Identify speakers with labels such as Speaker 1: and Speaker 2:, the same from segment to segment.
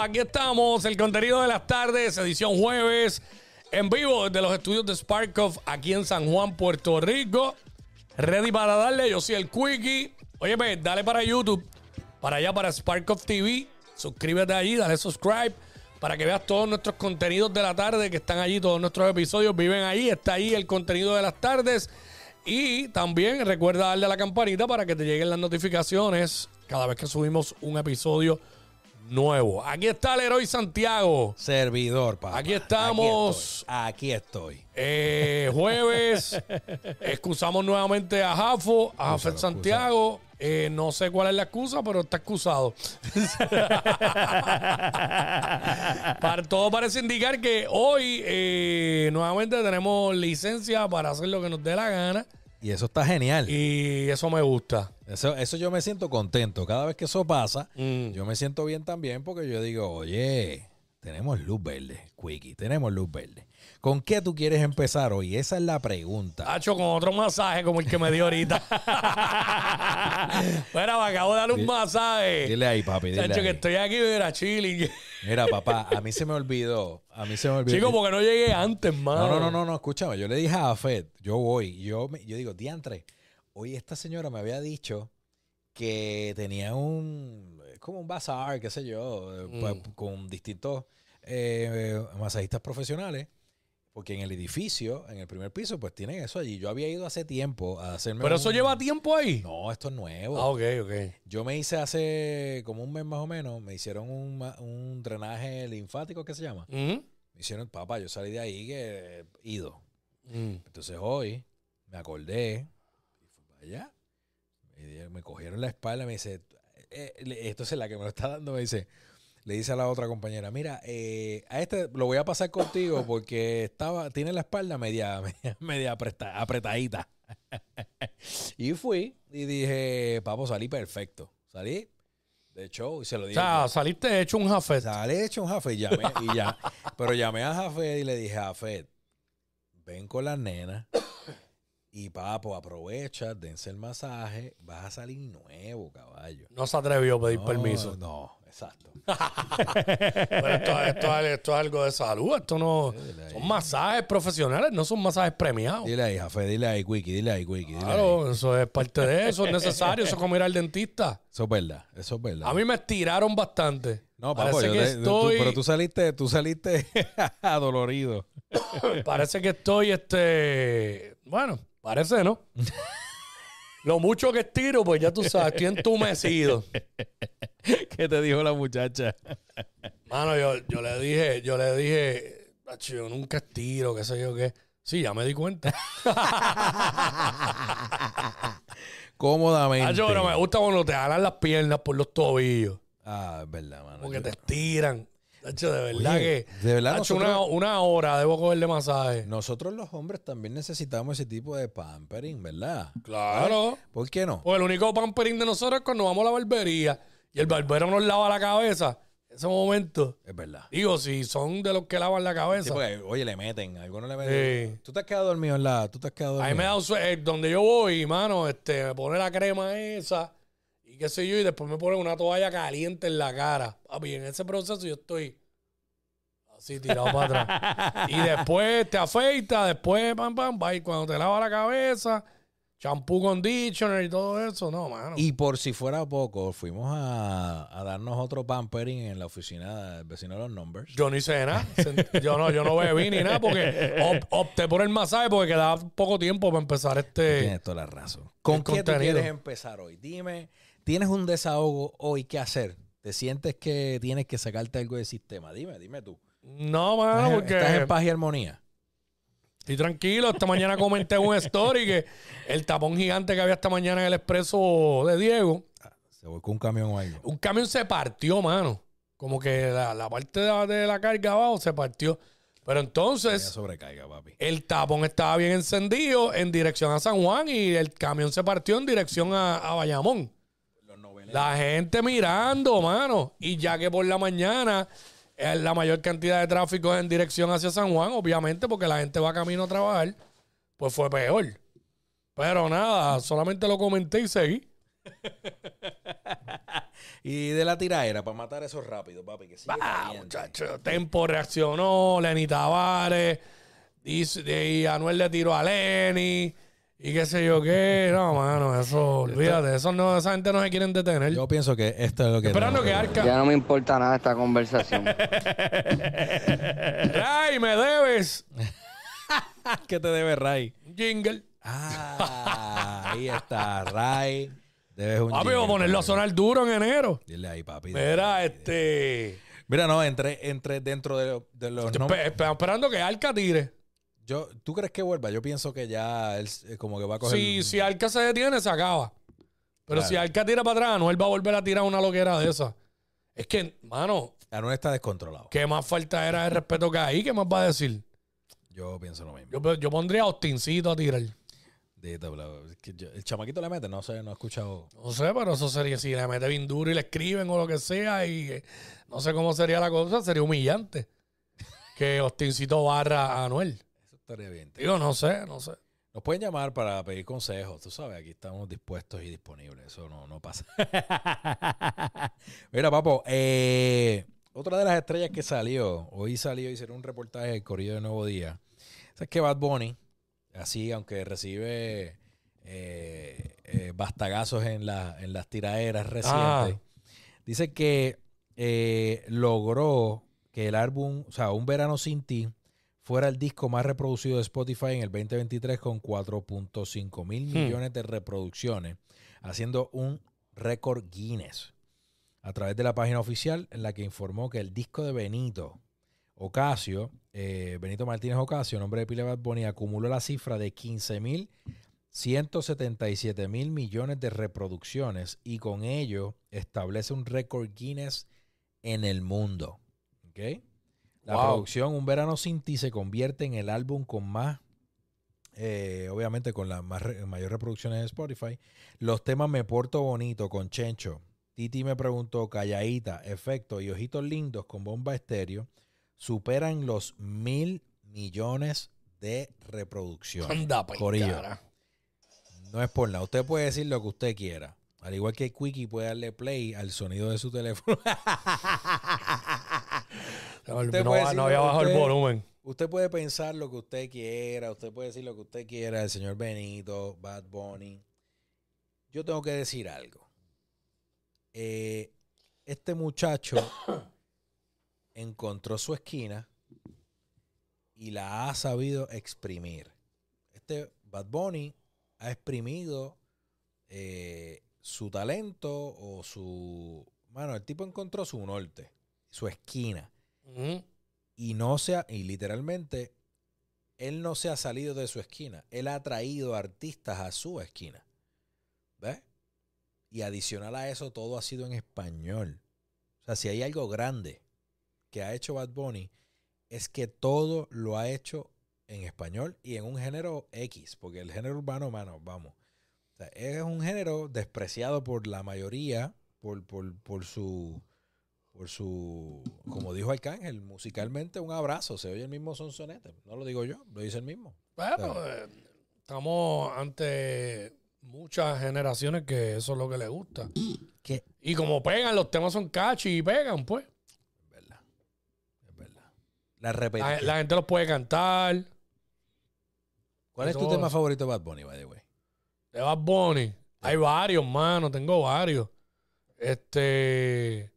Speaker 1: aquí estamos. El contenido de las tardes, edición jueves, en vivo desde los estudios de Sparkoff aquí en San Juan, Puerto Rico. Ready para darle, yo soy el Quickie. Oye, pues, dale para YouTube, para allá, para Sparkoff TV. Suscríbete allí, dale subscribe para que veas todos nuestros contenidos de la tarde que están allí, todos nuestros episodios viven ahí, está ahí el contenido de las tardes. Y también recuerda darle a la campanita para que te lleguen las notificaciones cada vez que subimos un episodio nuevo. Aquí está el héroe Santiago.
Speaker 2: Servidor, papá.
Speaker 1: Aquí estamos.
Speaker 2: Aquí estoy. Aquí estoy.
Speaker 1: Eh, jueves, excusamos nuevamente a Jafo, a Jafet Santiago. Eh, no sé cuál es la excusa, pero está excusado. Para, todo parece indicar que hoy eh, nuevamente tenemos licencia para hacer lo que nos dé la gana
Speaker 2: Y eso está genial.
Speaker 1: y eso me gusta.
Speaker 2: Eso, eso yo me siento contento. Cada vez que eso pasa,
Speaker 1: Mm.
Speaker 2: yo me siento bien también porque yo digo, oye, tenemos luz verde, Quickie, tenemos luz verde. ¿Con qué tú quieres empezar hoy? Esa es la pregunta.
Speaker 1: Hacho con otro masaje como el que me dio ahorita. Mira, me acabo de dar un masaje.
Speaker 2: Dile ahí, papi. Dile
Speaker 1: Hacho, que
Speaker 2: ahí.
Speaker 1: estoy aquí, mira, chilling.
Speaker 2: Mira, papá, a mí se me olvidó. A mí se me olvidó.
Speaker 1: Chico, porque no llegué antes, mano.
Speaker 2: No, no, no, no, no, escúchame. Yo le dije a Fed, yo voy. Yo, me- yo digo, diantre, hoy esta señora me había dicho que tenía un, es como un bazar, qué sé yo, eh, pa-
Speaker 1: Mm.
Speaker 2: con distintos eh, masajistas profesionales. Porque en el edificio, en el primer piso, pues tienen eso allí. Yo había ido hace tiempo a hacerme.
Speaker 1: Pero eso
Speaker 2: un-
Speaker 1: lleva tiempo ahí.
Speaker 2: No, esto es nuevo.
Speaker 1: Ah, ok, ok.
Speaker 2: Yo me hice hace como un mes más o menos, me hicieron un, ma- un drenaje linfático, ¿qué se llama?
Speaker 1: Ujú.
Speaker 2: Me hicieron, papá, yo salí de ahí que eh, ido.
Speaker 1: Mm.
Speaker 2: Entonces hoy me acordé y fui para allá. Me, dieron- me cogieron la espalda y me dice, eh, le- entonces la que me lo está dando me dice, le dice a la otra compañera, mira, eh, a este lo voy a pasar contigo porque estaba, tiene la espalda media, media, media apreta- apretadita. y fui y dije, papo, salí perfecto. Salí de show y se lo
Speaker 1: O
Speaker 2: dije.
Speaker 1: sea, saliste hecho un jafet.
Speaker 2: Dale, hecho un Jafet. Llamé, y ya. Pero llamé a Jafet y le dije, Jafet, ven con las nenas y papo, aprovecha, dense el masaje, vas a salir nuevo, caballo.
Speaker 1: No se atrevió a pedir
Speaker 2: No,
Speaker 1: permiso.
Speaker 2: No, exacto.
Speaker 1: Pero esto, esto- esto es algo de salud. Esto no.
Speaker 2: Dile ahí.
Speaker 1: Son masajes profesionales, no son masajes premiados.
Speaker 2: Dile ahí, Jafet, dile ahí, Wiki, dile ahí, Wiki. Dile ahí.
Speaker 1: Claro, eso es parte de eso, es necesario. Eso es como ir al dentista.
Speaker 2: Eso es verdad, eso es verdad.
Speaker 1: A mí me estiraron bastante.
Speaker 2: no, papo,
Speaker 1: parece
Speaker 2: yo
Speaker 1: que
Speaker 2: te- tú-
Speaker 1: estoy.
Speaker 2: pero tú saliste, tú saliste adolorido.
Speaker 1: Parece que estoy, este. Bueno, parece, ¿no? Lo mucho que estiro, pues ya tú sabes, estoy entumecido.
Speaker 2: ¿Qué te dijo la muchacha?
Speaker 1: Mano, yo, yo le dije, yo le dije, "Acho, yo nunca estiro, qué sé yo qué. Sí, ya me di cuenta.
Speaker 2: Cómodamente.
Speaker 1: Acho, pero Ah, me gusta cuando te jalan las piernas por los tobillos,
Speaker 2: Ah, es verdad, mano.
Speaker 1: porque
Speaker 2: Yo-
Speaker 1: te estiran. Acho, de verdad
Speaker 2: Oye,
Speaker 1: que.
Speaker 2: de verdad
Speaker 1: Acho,
Speaker 2: nosotros-
Speaker 1: una, una hora debo cogerle masaje.
Speaker 2: Nosotros los hombres también necesitamos ese tipo de pampering, ¿verdad?
Speaker 1: Claro.
Speaker 2: ¿Por qué no?
Speaker 1: Porque el único pampering de nosotros es cuando vamos a la barbería y el barbero nos lava la cabeza. Ese momento.
Speaker 2: Es verdad.
Speaker 1: Digo, si son de los que lavan la
Speaker 2: Sí,
Speaker 1: cabeza.
Speaker 2: porque, oye, le meten, algunos le meten.
Speaker 1: Sí.
Speaker 2: Tú te has quedado dormido en la. Tú te has quedado
Speaker 1: A
Speaker 2: dormido.
Speaker 1: mí me da un sue- eh, Donde yo voy, mano, este, me pone la crema esa y qué sé yo, y después me pone una toalla caliente en la cara. Papi, en ese proceso yo estoy así tirado para atrás. Y después te afeita, después pam, pam, va. Y cuando te lava la cabeza, champú conditioner y todo eso, no, mano.
Speaker 2: Y por si fuera poco, fuimos a, a darnos otro pampering en la oficina del vecino de los Numbers.
Speaker 1: Yo no hice nada. Sent- Yo no, yo no bebí ni nada porque op- opté por el masaje porque quedaba poco tiempo para empezar este.
Speaker 2: Tienes toda la razón. ¿Con qué tú
Speaker 1: contenido.
Speaker 2: quieres empezar hoy? Dime, ¿tienes un desahogo hoy que hacer? ¿Te sientes que tienes que sacarte algo del sistema? Dime, dime tú.
Speaker 1: No,
Speaker 2: ¿Estás
Speaker 1: mano,
Speaker 2: en-
Speaker 1: porque.
Speaker 2: ¿Estás en paz y armonía?
Speaker 1: Estoy tranquilo. Esta mañana comenté en un story que el tapón gigante que había esta mañana en el expreso de Diego,
Speaker 2: Se volcó un camión o algo.
Speaker 1: un camión se partió, mano. Como que la, la parte de la, de la carga abajo se partió. Pero
Speaker 2: Ya
Speaker 1: entonces
Speaker 2: sobrecarga, papi.
Speaker 1: el tapón estaba bien encendido en dirección a San Juan y el camión se partió en dirección a, a Bayamón.
Speaker 2: Los noveleros.
Speaker 1: La gente mirando, mano. Y ya que por la mañana eh, la mayor cantidad de tráfico es en dirección hacia San Juan, obviamente, porque la gente va camino a trabajar, pues fue peor. Pero nada, solamente lo comenté y seguí.
Speaker 2: y de la tiraera para matar eso rápido, papi. Que sigue
Speaker 1: Ah,
Speaker 2: caliente.
Speaker 1: muchacho. Tempo reaccionó, Lenny Tavares, y, y Anuel le tiró a Lenny, y qué sé yo qué. No, mano, eso, olvídate, eso no, esa gente no se quieren detener.
Speaker 2: Yo pienso que esto es lo que.
Speaker 1: Esperando
Speaker 2: tenemos
Speaker 1: que
Speaker 2: ver.
Speaker 1: Arca.
Speaker 3: Ya no me importa nada esta conversación.
Speaker 1: ¡Ay, me debes!
Speaker 2: ¿Qué te debe Ray?
Speaker 1: Jingle.
Speaker 2: Ah, ahí está, Ray. Debes un.
Speaker 1: Papi, voy
Speaker 2: jingle,
Speaker 1: a ponerlo a
Speaker 2: papi.
Speaker 1: sonar duro en enero.
Speaker 2: Dile ahí, papi.
Speaker 1: Mira, eh. este.
Speaker 2: Mira, no, entre, entre dentro de, lo- de los nombres.
Speaker 1: espe- espe- Esperando que Arca tire.
Speaker 2: Yo, ¿Tú crees que vuelva? Yo pienso que ya él eh, como que va a coger.
Speaker 1: Si, si Arca se detiene, se acaba. Pero
Speaker 2: Claro.
Speaker 1: si Arca tira para atrás, Anuel va a volver a tirar una loquera de esa. Es que, mano,
Speaker 2: Anuel está descontrolado.
Speaker 1: ¿qué más falta era de respeto que ahí? ¿Qué más va a decir?
Speaker 2: Yo pienso lo mismo.
Speaker 1: Yo, pues, yo pondría a Austincito a tirar.
Speaker 2: Dito, bla, bla, es que yo- el chamaquito le mete, no sé, no he escuchado.
Speaker 1: No sé, pero eso sería si le mete bien duro y le escriben o lo que sea y eh, no sé cómo sería la cosa, sería humillante. Que Austincito barra a Anuel.
Speaker 2: Eso estaría bien. tío.
Speaker 1: Digo, no sé, no sé.
Speaker 2: Nos pueden llamar para pedir consejos, tú sabes, aquí estamos dispuestos y disponibles, eso no, no pasa. Mira, papo, eh, otra de las estrellas que salió, hoy salió, hicieron un reportaje del Corrido de Nuevo Día. ¿Sabes que Bad Bunny, así, aunque recibe eh, eh, bastagazos en, la- en las tiraderas recientes, dice que eh, logró que el álbum, o sea, Un Verano Sin Ti, fuera el disco más reproducido de Spotify en el 2023 con 4.5 mil
Speaker 1: Hmm.
Speaker 2: millones de reproducciones, haciendo un récord Guinness. A través de la página oficial en la que informó que el disco de Benito Ocasio, eh, Benito Martínez Ocasio, nombre de Pile Bad Bunny, acumuló la cifra de 15 mil 177 mil millones de reproducciones y con ello establece un récord Guinness en el mundo. ¿ok? La
Speaker 1: Wow.
Speaker 2: producción Un Verano Sin Ti se convierte en el álbum con más, eh, obviamente con las más re- mayor reproducciones de Spotify. Los temas Me Porto Bonito con Chencho, Titi me preguntó, Callaíta, Efecto y Ojitos Lindos con Bomba Estéreo superan los mil millones de reproducciones.
Speaker 1: Anda, pa'
Speaker 2: Corillo.
Speaker 1: cara.
Speaker 2: No es por nada. Usted puede decir lo que usted quiera. Al igual que Quickie puede darle play al sonido de su teléfono.
Speaker 1: No,
Speaker 2: Usted
Speaker 1: no
Speaker 2: puede
Speaker 1: va-
Speaker 2: decir
Speaker 1: no
Speaker 2: lo
Speaker 1: había
Speaker 2: que
Speaker 1: bajado el
Speaker 2: usted-
Speaker 1: volumen.
Speaker 2: usted puede pensar lo que usted quiera. Usted puede decir lo que usted quiera. El señor Benito, Bad Bunny. Yo tengo que decir algo. Eh, este muchacho encontró su esquina y la ha sabido exprimir. Este Bad Bunny ha exprimido eh, su talento o su... Mano, el tipo encontró su norte, su esquina.
Speaker 1: Ujú.
Speaker 2: Y no sea, y literalmente, él no se ha salido de su esquina. Él ha traído artistas a su esquina. ¿Ves? Y adicional a eso, todo ha sido en español. O sea, si hay algo grande que ha hecho Bad Bunny, es que todo lo ha hecho en español y en un género X, porque el género urbano, mano, vamos. O sea, es un género despreciado por la mayoría, por, por, por su. Por su. Como dijo Arcángel, musicalmente un abrazo. Se oye el mismo sonsonete. No lo digo yo, lo dice el mismo.
Speaker 1: Bueno, eh, estamos ante muchas generaciones que eso es lo que les gusta.
Speaker 2: Que
Speaker 1: Y como pegan, los temas son catchy y pegan, pues.
Speaker 2: es verdad. Es verdad. La
Speaker 1: La,
Speaker 2: repetición.
Speaker 1: Ah, la gente los puede cantar.
Speaker 2: ¿Cuál es tu
Speaker 1: Todo.
Speaker 2: tema favorito de Bad Bunny, by the way?
Speaker 1: De Bad Bunny. Hay varios, mano. Tengo varios. Este.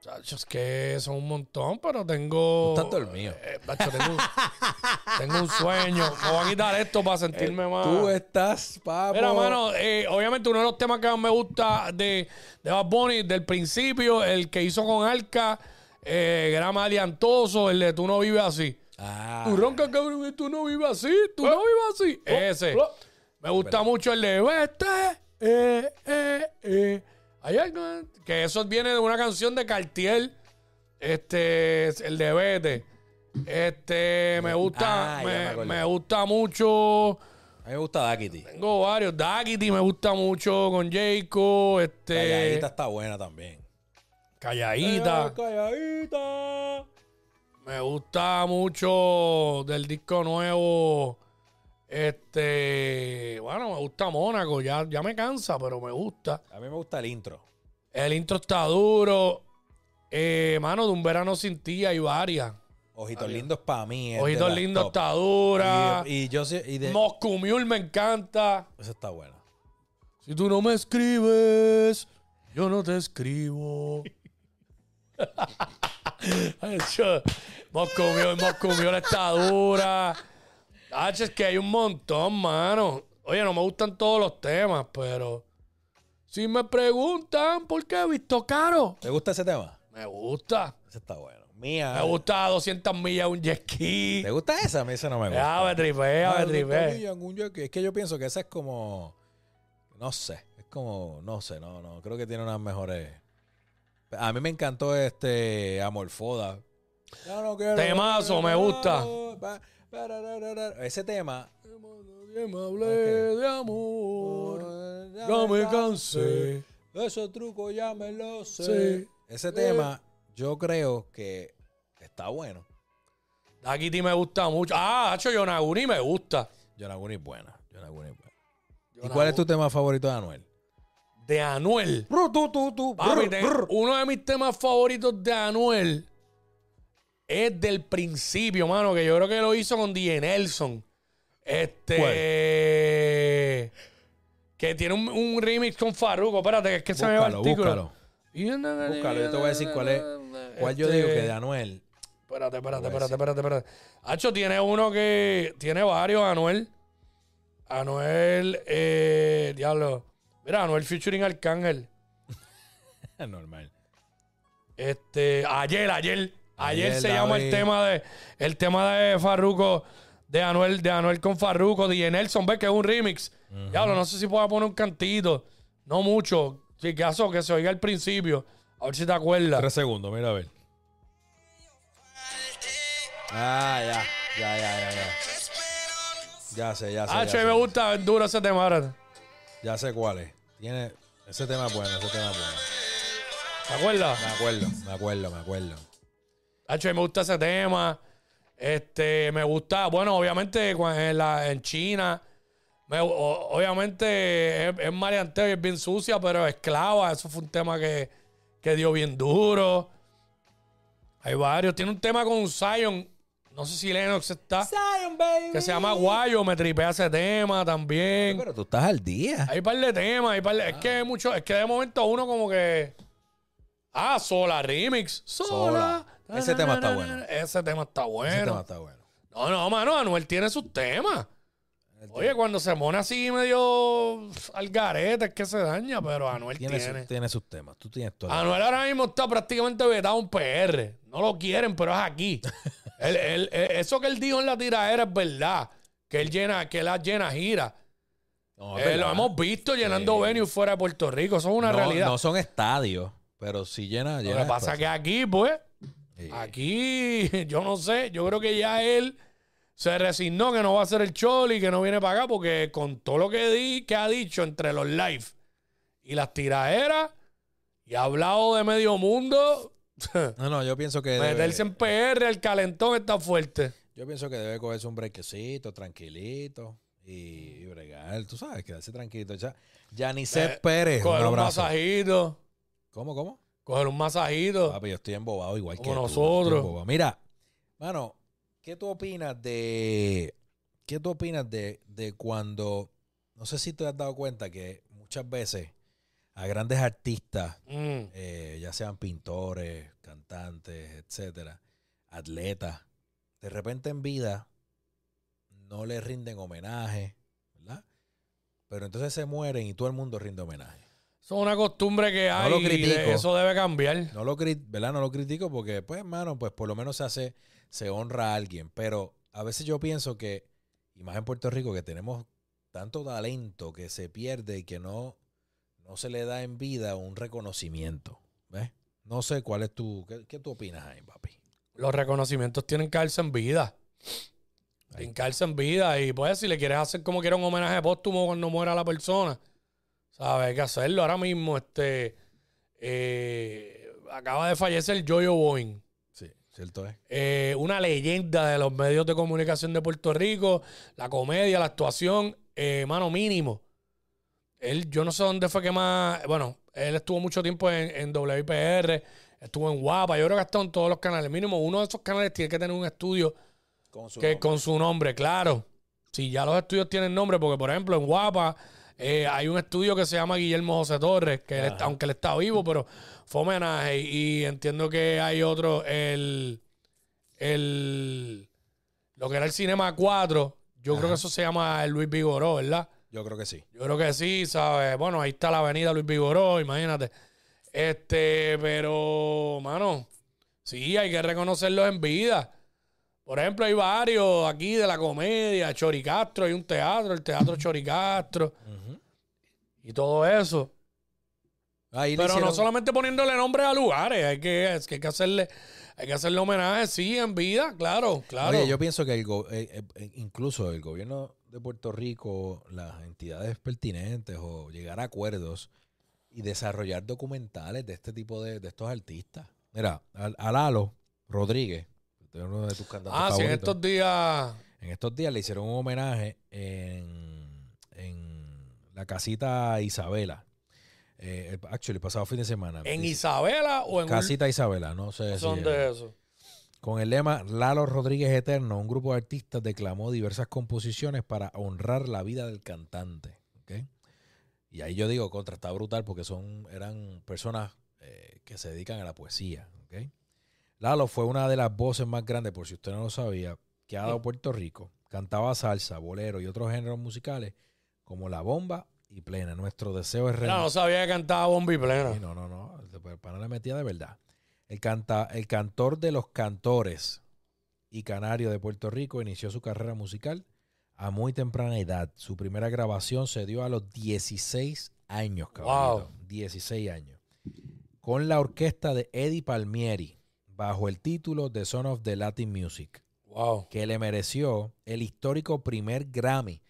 Speaker 1: Chacho, es que son un montón, pero tengo.
Speaker 2: No es tanto el mío.
Speaker 1: Eh, macho, tengo, un- tengo un sueño. Me voy a quitar esto para sentirme más.
Speaker 2: Eh, Tú estás, papo.
Speaker 1: Mira, mano, eh, obviamente uno de los temas que más me gusta de, de Bad Bunny, del principio, el que hizo con Arca, eh, era maleantoso, el de Tú no vives así.
Speaker 2: Ah,
Speaker 1: Tú roncas, cabrón, y tú no vives así, tú no vives así. Ese.
Speaker 2: oh.
Speaker 1: Me gusta mucho el de Vete, eh, eh, eh. Hay algo, eh, que eso viene de una canción de Cartier, este, es el de Vete. Este, me gusta,
Speaker 2: Ah, ya me
Speaker 1: me,
Speaker 2: acordé.
Speaker 1: me gusta mucho...
Speaker 2: a mí me gusta Daquiti.
Speaker 1: Tengo varios. Daggity me gusta mucho con Jaco.
Speaker 2: Calladita
Speaker 1: Este.
Speaker 2: está buena también. Eh,
Speaker 1: Calladita.
Speaker 2: Calladita.
Speaker 1: Me gusta mucho del disco nuevo. Este, bueno, me gusta Mónaco, ya, ya me cansa, pero me gusta.
Speaker 2: A mí me gusta el intro.
Speaker 1: El intro está duro. Eh, mano, de un verano sin ti hay varias.
Speaker 2: Ojitos lindos para mí. es de
Speaker 1: Ojitos
Speaker 2: las
Speaker 1: lindos
Speaker 2: top.
Speaker 1: está dura.
Speaker 2: Y, y yo sí- y de-
Speaker 1: Moscow Mule me encanta.
Speaker 2: Eso está bueno.
Speaker 1: Si tú no me escribes, yo no te escribo. Hacho, Moscow Mule, Moscow Mule está dura. H, es que hay un montón, mano. Oye, no me gustan todos los temas, pero... Si me preguntan por qué he visto caro,
Speaker 2: ¿Te gusta ese tema?
Speaker 1: me gusta.
Speaker 2: Ese está bueno. Mía.
Speaker 1: Me gusta a 200 millas un jet ski.
Speaker 2: ¿Te gusta esa? A mí esa no me gusta.
Speaker 1: Ya me tripea,
Speaker 2: Ah,
Speaker 1: me
Speaker 2: tú también,
Speaker 1: tripea.
Speaker 2: Yangun Yaki. Es que yo pienso que esa es como. No sé. Es como. No sé, no, no. Creo que tiene unas mejores. A mí me encantó este. Amorfoda. Ya no quiero-
Speaker 1: Temazo, me gusta.
Speaker 2: Ese tema.
Speaker 1: me hablé de amor. Ya me cansé.
Speaker 2: Esos trucos ya me los sé.
Speaker 1: Sí.
Speaker 2: Ese tema, yo creo que está bueno.
Speaker 1: Daquiti me gusta mucho. Ah, Hacho Yonaguni me gusta.
Speaker 2: Yonaguni es buena. Yonaguni es buena. ¿Y cuál es tu
Speaker 1: Yonaguni.
Speaker 2: tema favorito de Anuel?
Speaker 1: De Anuel.
Speaker 2: Ru, tu, tu, tu,
Speaker 1: Papi,
Speaker 2: ru,
Speaker 1: te-
Speaker 2: ru.
Speaker 1: uno de mis temas favoritos de Anuel es del principio, mano, que yo creo que lo hizo con DJ Nelson. Este.
Speaker 2: ¿Cuál?
Speaker 1: Que tiene un, un remix con Farruko. Espérate, que es que se me va el artículo.
Speaker 2: Búscalo, búscalo. Búscalo, yo te voy a decir cuál es. ¿Cuál yo
Speaker 1: Este,
Speaker 2: digo que de Anuel?
Speaker 1: Espérate, espérate,
Speaker 2: Te voy a
Speaker 1: espérate, espérate, espérate. Hacho tiene uno que. Tiene varios, Anuel. Anuel, eh. Diablo. Mira, Anuel featuring Arcángel.
Speaker 2: Normal.
Speaker 1: Este, ayer, ayer, ayer,
Speaker 2: Ayer,
Speaker 1: se llama el
Speaker 2: David.
Speaker 1: tema de el tema de Farruko, de Anuel, de Anuel con Farruko, DJ Nelson, ve que es un remix. Diablo, no sé si puedo poner un cantito, no mucho, si caso que se oiga al principio, a ver si te acuerdas.
Speaker 2: Tres segundos, mira a ver. Ah, ya. Ya, ya, ya, ya. Ya sé, ya sé.
Speaker 1: Ah,
Speaker 2: ya,
Speaker 1: che,
Speaker 2: sé,
Speaker 1: me gusta, es duro ese tema, ahora.
Speaker 2: ya sé cuál es. Tiene... Ese tema es bueno, ese tema es bueno.
Speaker 1: ¿te acuerdas?
Speaker 2: Me acuerdo, me acuerdo, me acuerdo.
Speaker 1: Hacho, me gusta ese tema. Este, me gusta, bueno, obviamente cua- en, la- en China, me- o- obviamente es, es maleanteo y es bien sucia, pero esclava, eso fue un tema que, que dio bien duro. Hay varios. Tiene un tema con Zion, no sé si Lennox está, que se llama Guayo, me tripea ese tema también.
Speaker 2: Pero tú estás al día.
Speaker 1: Hay par de temas, hay par de- Es que mucho, es que de momento uno como que. Ah, Sola Remix. Sola.
Speaker 2: Sola. Ese tema está bueno.
Speaker 1: Ese tema está
Speaker 2: Ese tema
Speaker 1: bueno.
Speaker 2: está bueno.
Speaker 1: No, no, mano, Anuel tiene sus temas.
Speaker 2: Él
Speaker 1: Oye, cuando se pone así medio pf, al garete es que se daña, pero Anuel
Speaker 2: tiene,
Speaker 1: tiene. Ah,
Speaker 2: su- tiene sus temas. Tú tienes todo.
Speaker 1: Anuel ahora mismo está prácticamente vetado en PR. No lo quieren, pero es aquí. Él- él- él- eso que él dijo en la tiradera es verdad. Que él llena, que la llena gira.
Speaker 2: No, es
Speaker 1: Eh, lo
Speaker 2: verdad.
Speaker 1: hemos visto llenando
Speaker 2: Sí.
Speaker 1: venues fuera de Puerto Rico. Eso es una
Speaker 2: No-
Speaker 1: realidad.
Speaker 2: No son estadios, pero si llena,
Speaker 1: lo
Speaker 2: llena.
Speaker 1: que pasa es que aquí, pues, aquí, yo no sé. Yo creo que ya él se resignó que no va a hacer el choli, que no viene para acá, porque con todo lo que, di, que ha dicho entre los live y las tiraderas, y ha hablado de medio mundo,
Speaker 2: No, no, yo pienso que... debe-
Speaker 1: meterse en PR, el calentón está fuerte.
Speaker 2: Yo pienso que debe cogerse un brequecito, tranquilito y, y bregar. Tú sabes, quedarse tranquilito. Ya, Yanisep
Speaker 1: Eh,
Speaker 2: Pérez, un
Speaker 1: Coger un,
Speaker 2: abrazo.
Speaker 1: masajito,
Speaker 2: ¿Cómo, cómo?
Speaker 1: coger un masajito.
Speaker 2: Papi, yo estoy embobado igual
Speaker 1: Como
Speaker 2: que tú,
Speaker 1: nosotros.
Speaker 2: estoy embobado. Mira, mano, ¿qué tú opinas de... ¿Qué tú opinas de, de cuando... No sé si te has dado cuenta que muchas veces a grandes artistas
Speaker 1: Mm.
Speaker 2: eh, ya sean pintores, cantantes, etcétera, atletas, de repente en vida no le rinden homenaje, ¿verdad? Pero entonces se mueren y todo el mundo rinde homenaje.
Speaker 1: Eso es una costumbre que hay.
Speaker 2: lo
Speaker 1: y de-
Speaker 2: critico.
Speaker 1: eso debe cambiar.
Speaker 2: No lo, cri- ¿verdad? No lo critico porque, pues, hermano, pues por lo menos se hace, se honra a alguien. Pero a veces yo pienso que, y más en Puerto Rico, que tenemos tanto talento que se pierde y que no, no se le da en vida un reconocimiento. ¿Ves? No sé cuál es tu. ¿Qué, qué tú opinas ahí, papi?
Speaker 1: los reconocimientos tienen que darse en vida. Tienen que darse en vida. Y pues, si le quieres hacer como quiera un homenaje póstumo cuando muera la persona, ¿sabes? Hay que hacerlo. Ahora mismo, este. eh, acaba de fallecer Jojo Boeing.
Speaker 2: Sí. ¿Cierto es?
Speaker 1: eh, una leyenda de los medios de comunicación de Puerto Rico, la comedia, la actuación, eh, mano mínimo. Él, yo no sé dónde fue que más. Bueno, él estuvo mucho tiempo en, en WIPR, estuvo en Guapa, yo creo que ha estado en todos los canales. Mínimo, uno de esos canales tiene que tener un estudio
Speaker 2: Con su
Speaker 1: que
Speaker 2: nombre.
Speaker 1: con su nombre, claro. Si ya los estudios tienen nombre, porque por ejemplo en Guapa eh, hay un estudio que se llama Guillermo José Torres, que él está- aunque él está vivo, pero fue homenaje. Y entiendo que hay otro, el, el lo que era el Cinema 4, yo creo que eso se llama el Luis Vigoró, ¿verdad?
Speaker 2: Yo creo que sí.
Speaker 1: Yo creo que sí, ¿sabes? Bueno, ahí está la avenida Luis Vigoró, imagínate. Este, pero, mano, sí, hay que reconocerlos en vida. Por ejemplo, hay varios aquí de la comedia, Choricastro, hay un teatro, el teatro Choricastro y todo eso.
Speaker 2: Ahí le
Speaker 1: Pero no
Speaker 2: hicieron-
Speaker 1: solamente poniéndole nombre a lugares, hay que, es que hay que hacerle, hay que hacerle homenaje, sí, en vida, claro, claro.
Speaker 2: Oye, yo pienso que el go- eh, eh, incluso el gobierno de Puerto Rico, las entidades pertinentes o llegar a acuerdos y desarrollar documentales de este tipo de, de estos artistas. Mira, al- a, Lalo Rodríguez, que es uno de tus cantantes
Speaker 1: ah, sí, en
Speaker 2: favoritos,
Speaker 1: estos días.
Speaker 2: en estos días le hicieron un homenaje en, en la casita Isabela. Eh, el- actually, el pasado fin de semana.
Speaker 1: ¿En
Speaker 2: Dice,
Speaker 1: Isabela o en un-
Speaker 2: Casita Isabela, no sé.
Speaker 1: son
Speaker 2: si-
Speaker 1: de eso?
Speaker 2: con el lema Lalo Rodríguez Eterno, un grupo de artistas declamó diversas composiciones para honrar la vida del cantante. ¿ok? Y ahí yo digo, contra, está brutal porque son, eran personas eh, que se dedican a la poesía. ¿ok? Lalo fue una de las voces más grandes, por si usted no lo sabía, que ha dado Puerto Rico. Cantaba salsa, bolero y otros géneros musicales como La Bomba y Plena. Nuestro deseo es
Speaker 1: Mira,
Speaker 2: reunir-
Speaker 1: no sabía que cantaba Bombi Plena.
Speaker 2: Sí, no, no, no. El pana la metía de verdad. El, canta, el cantor de los cantores y canario de Puerto Rico inició su carrera musical a muy temprana edad. Su primera grabación se dio a los 16 años, caballito. 16 años. Con la orquesta de Eddie Palmieri, bajo el título The Son of the Latin Music
Speaker 1: Wow.
Speaker 2: que le mereció el histórico primer Grammy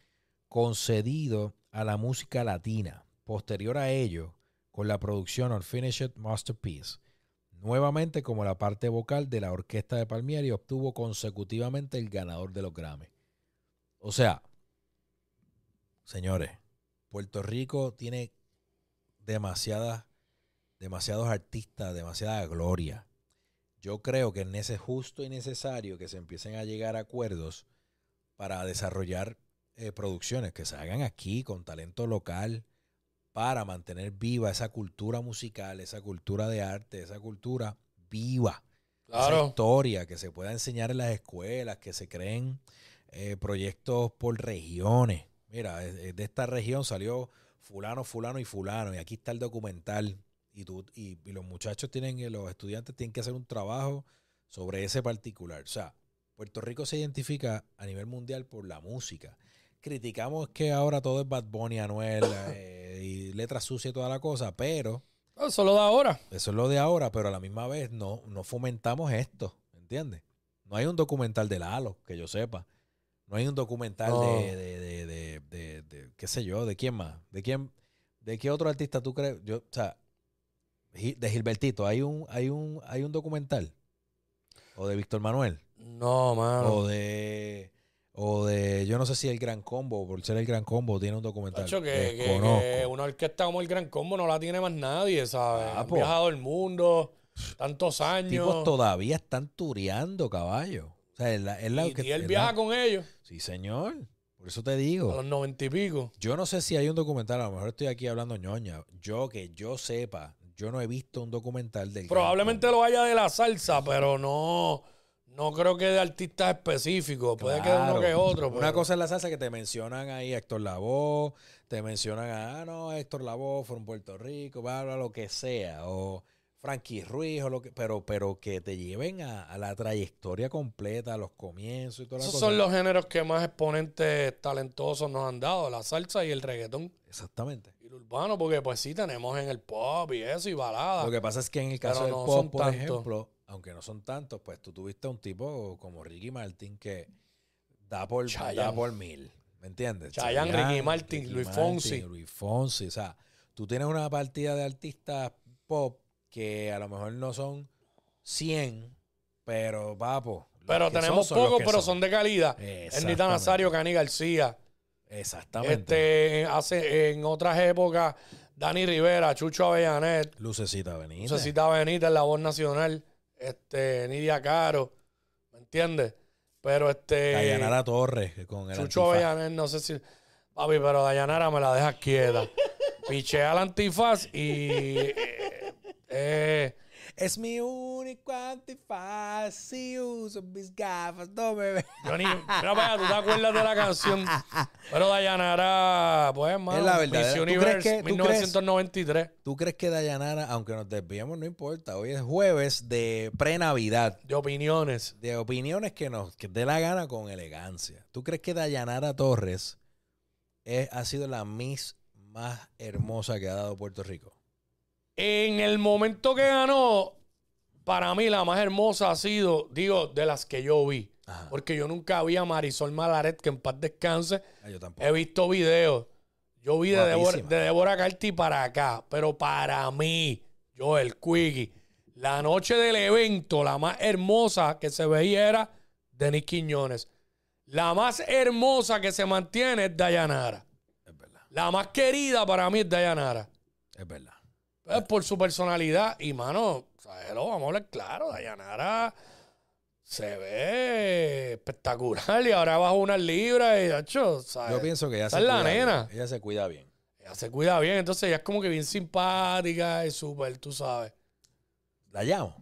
Speaker 2: concedido a la música latina. Posterior a ello, con la producción Unfinished Masterpiece, nuevamente como la parte vocal de la orquesta de Palmieri, obtuvo consecutivamente el ganador de los Grammy. O sea, señores, Puerto Rico tiene demasiadas, demasiados artistas, demasiada gloria yo creo que es nece- justo y necesario que se empiecen a llegar a acuerdos para desarrollar eh, producciones que se hagan aquí con talento local para mantener viva esa cultura musical, esa cultura de arte, esa cultura viva esa
Speaker 1: Claro.
Speaker 2: historia que se pueda enseñar en las escuelas, que se creen eh, proyectos por regiones. Mira, eh, eh, de esta región salió fulano, fulano y fulano, y aquí está el documental. Y, tú, y, y los muchachos tienen, eh, los estudiantes tienen que hacer un trabajo sobre ese particular. O sea, Puerto Rico se identifica a nivel mundial por la música. Criticamos que ahora todo es Bad Bunny, Anuel, eh, y letras sucias y toda la cosa, pero
Speaker 1: Ah, Solo da ahora.
Speaker 2: eso es lo de ahora, pero a la misma vez no, no fomentamos esto, ¿entiendes? No hay un documental de Lalo, que yo sepa. No hay un documental
Speaker 1: No.
Speaker 2: de, de, de, de- de- de- qué sé yo, de quién más, de quién, de qué otro artista tú crees, yo, o sea, Gi- de Gilbertito, hay un, hay un, hay un documental. O de Víctor Manuel.
Speaker 1: No, mano.
Speaker 2: O de. O de. Yo no sé si el Gran Combo, por ser el Gran Combo, tiene un documental.
Speaker 1: Tacho, que, que-
Speaker 2: Desconozco.
Speaker 1: que una orquesta como el Gran Combo no la tiene más nadie, ¿sabes?
Speaker 2: Ah,
Speaker 1: Han
Speaker 2: po.
Speaker 1: viajado el mundo tantos
Speaker 2: tipos
Speaker 1: años.
Speaker 2: todavía están tureando caballo. O sea, es la, es la
Speaker 1: y,
Speaker 2: que-
Speaker 1: y él
Speaker 2: es
Speaker 1: viaja
Speaker 2: la-
Speaker 1: con ellos
Speaker 2: Sí, señor. Por eso te
Speaker 1: a
Speaker 2: digo.
Speaker 1: los noventa y pico.
Speaker 2: Yo no sé si hay un documental, a lo mejor estoy aquí hablando ñoña. Yo que yo sepa, yo no he visto un documental del.
Speaker 1: Probablemente lo haya de la salsa, pero no, no creo que de artistas específicos. Puede que de uno
Speaker 2: Claro.
Speaker 1: que otro.
Speaker 2: Una
Speaker 1: pero-
Speaker 2: cosa es la salsa que te mencionan ahí a Héctor Lavoe, te mencionan a, ah, no, Héctor Lavoe fue un Puerto Rico, bla, bla, lo que sea, o Frankie Ruiz, o lo que, pero, pero que te lleven a, a la trayectoria completa, a los comienzos y todas las
Speaker 1: Esos
Speaker 2: cosas.
Speaker 1: son los géneros que más exponentes talentosos nos han dado, la salsa y el reggaetón.
Speaker 2: Exactamente.
Speaker 1: Y el urbano, porque pues sí tenemos en el pop y eso, y baladas.
Speaker 2: Lo que pasa es que en el caso
Speaker 1: Pero
Speaker 2: del
Speaker 1: no son
Speaker 2: pop, por
Speaker 1: tantos.
Speaker 2: ejemplo, aunque no son tantos, pues tú tuviste un tipo como Ricky Martin que da por, da
Speaker 1: Chayanne.
Speaker 2: por mil. ¿Me entiendes?
Speaker 1: Chayanne, Ricky Martin, Luis Fonsi.
Speaker 2: Luis Fonsi. O sea, tú tienes una partida de artistas pop que a lo mejor no son 100, Pero, papo. los
Speaker 1: Pero
Speaker 2: que son,
Speaker 1: tenemos
Speaker 2: los
Speaker 1: pocos,
Speaker 2: que
Speaker 1: pero son de calidad.
Speaker 2: Exactamente.
Speaker 1: Ernita Nazario, Cani García.
Speaker 2: Exactamente.
Speaker 1: Este, hace, en otras épocas, Dani Rivera, Chucho Avellanet,
Speaker 2: Lucecita Benítez.
Speaker 1: Cecita Benítez, La Voz Nacional, este, Nidia Caro, ¿me entiendes? Pero este.
Speaker 2: Dayanara Torres que con el
Speaker 1: Chucho
Speaker 2: antifaz.
Speaker 1: Avellanet, no sé si. Papi, pero Dayanara me la dejas quieta. Pichea al antifaz y. eh, eh,
Speaker 2: Es mi único antifaz. Si uso mis gafas, no me ve.
Speaker 1: yo ni. Mira, vaya, tú te acuerdas de la canción. Pero Dayanara, pues, hermano.
Speaker 2: la
Speaker 1: Miss
Speaker 2: verdad, ¿eh? ¿tú crees
Speaker 1: Universe,
Speaker 2: que- tú crees?
Speaker 1: 1993.
Speaker 2: ¿Tú crees que Dayanara, aunque nos desviemos, no importa? Hoy es jueves de pre-Navidad.
Speaker 1: De opiniones.
Speaker 2: De opiniones que nos que dé la gana con elegancia. ¿Tú crees que Dayanara Torres es- ha sido la Miss más hermosa que ha dado Puerto Rico?
Speaker 1: En el momento que ganó, para mí la más hermosa ha sido, digo, de las que yo vi.
Speaker 2: Ajá.
Speaker 1: Porque yo nunca vi a Marisol Malaret, que en paz descanse.
Speaker 2: Ah, yo tampoco.
Speaker 1: He visto videos. Yo vi de Débora,
Speaker 2: Guapísima.
Speaker 1: de Débora Carti para acá. Pero para mí, yo, el Quickie, la noche del evento, la más hermosa que se veía era Denis Quiñones. La más hermosa que se mantiene es Dayanara.
Speaker 2: Es verdad.
Speaker 1: La más querida para mí es Dayanara.
Speaker 2: Es verdad.
Speaker 1: Pues, por su personalidad. Y, mano, ¿sabes? Lo vamos a hablar claro. Dayanara se ve espectacular y ahora bajo unas libras y, hecho, ¿sabes?
Speaker 2: Yo pienso que
Speaker 1: Ah, eh.
Speaker 2: ella
Speaker 1: esa
Speaker 2: se
Speaker 1: es la
Speaker 2: cuida
Speaker 1: nena.
Speaker 2: bien. Ella se cuida bien.
Speaker 1: Ella se cuida bien, entonces ella es como que bien simpática y súper, tú sabes.
Speaker 2: La llamo.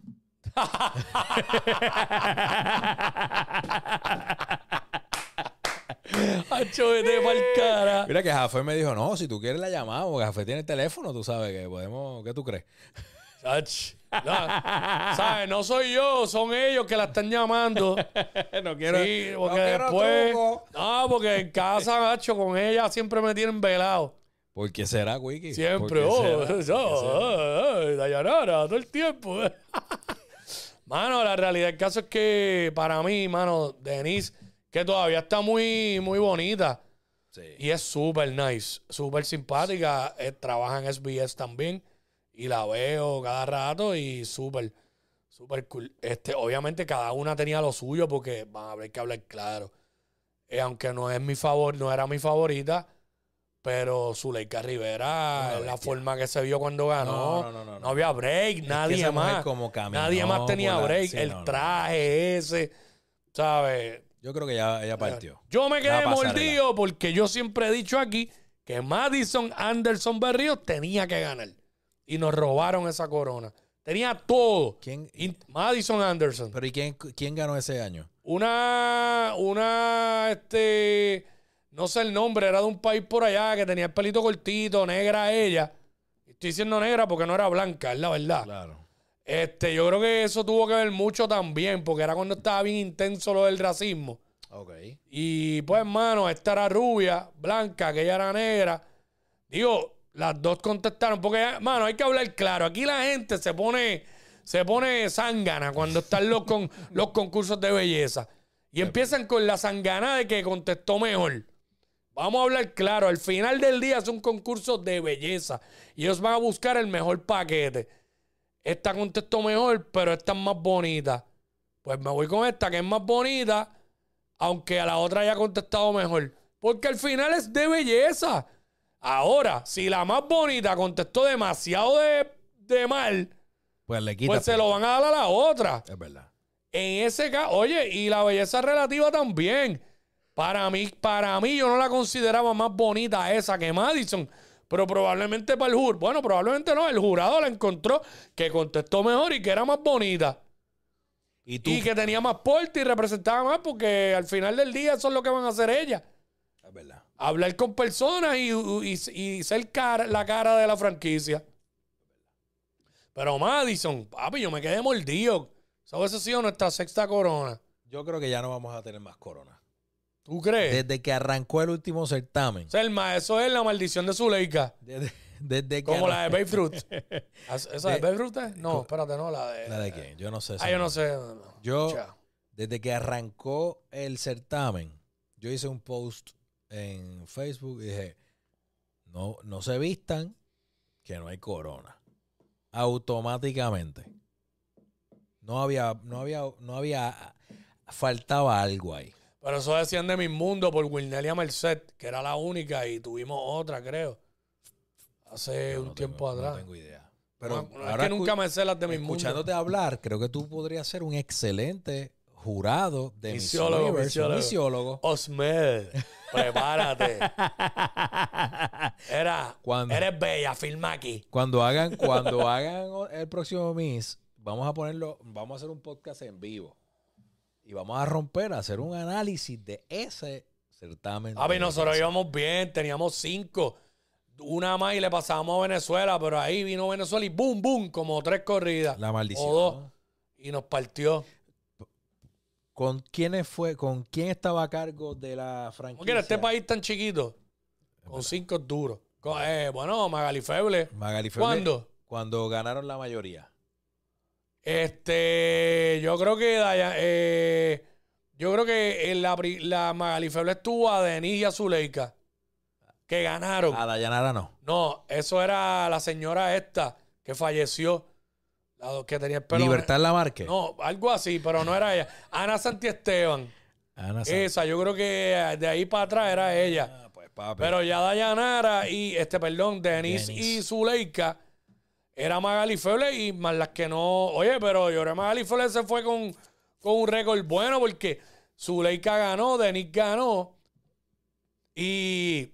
Speaker 1: Hacho, vete pa'l cara.
Speaker 2: Mira que Jafé me dijo, no, si tú quieres la llamamos, porque Jafé tiene el teléfono, tú sabes que podemos, ¿qué tú crees?
Speaker 1: Ach, no, ¿Sabes? No soy yo, son ellos que la están llamando.
Speaker 2: no
Speaker 1: Sí,
Speaker 2: no
Speaker 1: porque
Speaker 2: quiero
Speaker 1: después.
Speaker 2: truco.
Speaker 1: No, porque en casa, macho, con ella siempre me tienen velado.
Speaker 2: ¿Por qué será, Wiki? ¿Por
Speaker 1: Siempre,
Speaker 2: qué será?
Speaker 1: oh,
Speaker 2: ¿Por qué
Speaker 1: eso,
Speaker 2: será?
Speaker 1: eh, eh, Dayanara, todo el tiempo. mano, la realidad del caso es que para mí, mano, Denise, que todavía está muy, muy bonita
Speaker 2: Sí.
Speaker 1: y es súper nice, súper simpática. eh, trabaja en SBS también y la veo cada rato y súper, súper cool. Este, obviamente cada una tenía lo suyo porque van a haber que hablar claro. Eh, aunque no es mi favor, no era mi favorita, pero Zuleika Rivera,
Speaker 2: Una
Speaker 1: la
Speaker 2: bestia.
Speaker 1: forma que se vio cuando ganó,
Speaker 2: No,
Speaker 1: no,
Speaker 2: no, no, no, no.
Speaker 1: había break,
Speaker 2: Es que
Speaker 1: nadie
Speaker 2: esa mujer
Speaker 1: más.
Speaker 2: como caminó
Speaker 1: Nadie más tenía
Speaker 2: por la-
Speaker 1: break,
Speaker 2: sí,
Speaker 1: el
Speaker 2: no, no.
Speaker 1: traje ese, ¿sabes?
Speaker 2: Yo creo que ya, ella partió.
Speaker 1: Yo me
Speaker 2: La
Speaker 1: quedé
Speaker 2: pasarela.
Speaker 1: mordido porque yo siempre he dicho aquí que Madison Anderson Berríos tenía que ganar. Y nos robaron esa corona. Tenía todo.
Speaker 2: ¿Quién,
Speaker 1: Y Madison Anderson.
Speaker 2: pero ¿y quién, quién ganó ese año?
Speaker 1: Una, una, este, no sé el nombre, era de un país por allá que tenía el pelito cortito, negra ella. Estoy diciendo negra porque no era blanca, es la verdad.
Speaker 2: Claro.
Speaker 1: Este, yo creo que eso tuvo que ver mucho también, porque era cuando estaba bien intenso lo del racismo.
Speaker 2: Ok.
Speaker 1: Y pues, hermano, esta era rubia, blanca, aquella era negra. Digo, las dos contestaron. Porque, hermano, hay que hablar claro. Aquí la gente se pone, se pone zángana cuando están los, con, los concursos de belleza. Y empiezan con la sangana de que contestó mejor. Vamos a hablar claro. Al final del día es un concurso de belleza. Y ellos van a buscar el mejor paquete. Esta contestó mejor, pero esta es más bonita. Pues me voy con esta, que es más bonita aunque a la otra haya contestado mejor. Porque al final es de belleza. Ahora, si la más bonita contestó demasiado de, de mal,
Speaker 2: Pues le quita.
Speaker 1: pues se lo van a dar a la otra.
Speaker 2: Es verdad.
Speaker 1: En ese caso, oye, y la belleza relativa también. Para mí, para mí, yo no la consideraba más bonita esa que Madison. Pero probablemente para el jurado, bueno, probablemente no, el jurado la encontró que contestó mejor y que era más bonita.
Speaker 2: Y tú.
Speaker 1: Y que tenía más porte y representaba más porque al final del día eso es lo que van a hacer ellas.
Speaker 2: Es verdad.
Speaker 1: hablar con personas y, y- y ser cara- la cara de la franquicia. Pero Madison, papi, yo me quedé mordido. Eso hubiese sido nuestra sexta corona.
Speaker 2: Yo creo que ya no vamos a tener más corona.
Speaker 1: ¿Tú crees?
Speaker 2: Desde que arrancó el último certamen.
Speaker 1: Selma, eso es la maldición de Zuleika.
Speaker 2: Desde, desde que
Speaker 1: Como la de
Speaker 2: arran-
Speaker 1: Babe Ruth. ¿Esa esa de
Speaker 2: De-
Speaker 1: Babe Ruth es? No, espérate, no, la de...
Speaker 2: ¿La de quién? Yo no sé.
Speaker 1: Ah,
Speaker 2: ese
Speaker 1: yo no
Speaker 2: nombre.
Speaker 1: sé. no, no.
Speaker 2: Yo,
Speaker 1: Chao.
Speaker 2: desde que arrancó el certamen, yo hice un post en Facebook y dije, no, no se vistan, que no hay corona. Automáticamente. No había, no había, no había, ah, faltaba algo ahí.
Speaker 1: Pero eso decían de mi mundo por Wilnelia Merced, que era la única, y tuvimos otra, creo. Hace
Speaker 2: Yo
Speaker 1: un
Speaker 2: no
Speaker 1: tiempo
Speaker 2: tengo-
Speaker 1: atrás.
Speaker 2: No tengo idea. Pero
Speaker 1: No, no,
Speaker 2: ahora
Speaker 1: es que nunca
Speaker 2: escu-
Speaker 1: me sé las de mi mundo.
Speaker 2: escuchándote hablar, creo que tú podrías ser un excelente jurado de Miss
Speaker 1: Misiólogo,
Speaker 2: Universe,
Speaker 1: misiólogo.
Speaker 2: un misiólogo.
Speaker 1: Osmed, prepárate. Era,
Speaker 2: Cuando-
Speaker 1: eres bella, firma aquí.
Speaker 2: Cuando hagan, cuando hagan o- el próximo Miss, vamos a ponerlo, vamos a hacer un podcast en vivo. Y vamos a romper, a hacer un análisis de ese certamen.
Speaker 1: Papi,
Speaker 2: de
Speaker 1: nosotros
Speaker 2: belleza.
Speaker 1: íbamos bien, teníamos cinco. Una más y le pasábamos a Venezuela, pero ahí vino Venezuela y boom, boom, como tres corridas.
Speaker 2: La maldición.
Speaker 1: o dos.
Speaker 2: ¿no?
Speaker 1: Y nos partió.
Speaker 2: ¿Con quiénes fue? ¿Con quién estaba a cargo de la franquicia?
Speaker 1: ¿Cómo quiera, este país tan chiquito? Con cinco duros. Con- eh, bueno, Magali Feble.
Speaker 2: Magali Feble,
Speaker 1: ¿Cuándo?
Speaker 2: Cuando ganaron la mayoría.
Speaker 1: Este, yo creo que Daya- eh, yo creo que en la, pri- la Magali Feble estuvo a Denise y a Zuleika. Que ganaron.
Speaker 2: A Dayanara no.
Speaker 1: No, eso era la señora esta que falleció. La do- que tenía el pelo.
Speaker 2: Libertad Lamarque.
Speaker 1: No, algo así, pero no era ella. Ana Santiesteban.
Speaker 2: Ana Sánchez.
Speaker 1: Esa, yo creo que de ahí para atrás era ella.
Speaker 2: Ah, pues, papi.
Speaker 1: Pero ya Dayanara y, este, perdón, Denise
Speaker 2: Denise.
Speaker 1: y Zuleika era Magali Feble y más las que no. Oye, pero yo creo que Magali Feble se fue con, con un récord bueno porque Zuleika ganó, Denise ganó. Y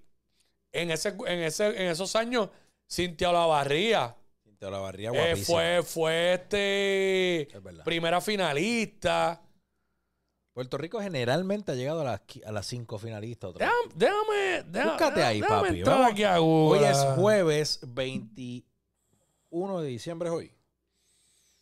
Speaker 1: en, ese, en, ese, en esos años, Cintia Olavarría
Speaker 2: Te la barría
Speaker 1: eh,
Speaker 2: guapísima.
Speaker 1: fue, fue este
Speaker 2: Es verdad.
Speaker 1: primera finalista.
Speaker 2: Puerto Rico generalmente ha llegado a las, qui- a las cinco finalistas. otra vez.
Speaker 1: Déjame, déjame, déjame.
Speaker 2: Búscate ahí,
Speaker 1: déjame
Speaker 2: papi.
Speaker 1: entrar
Speaker 2: Vamos.
Speaker 1: aquí a Google.
Speaker 2: Hoy es jueves 21 de diciembre, es hoy.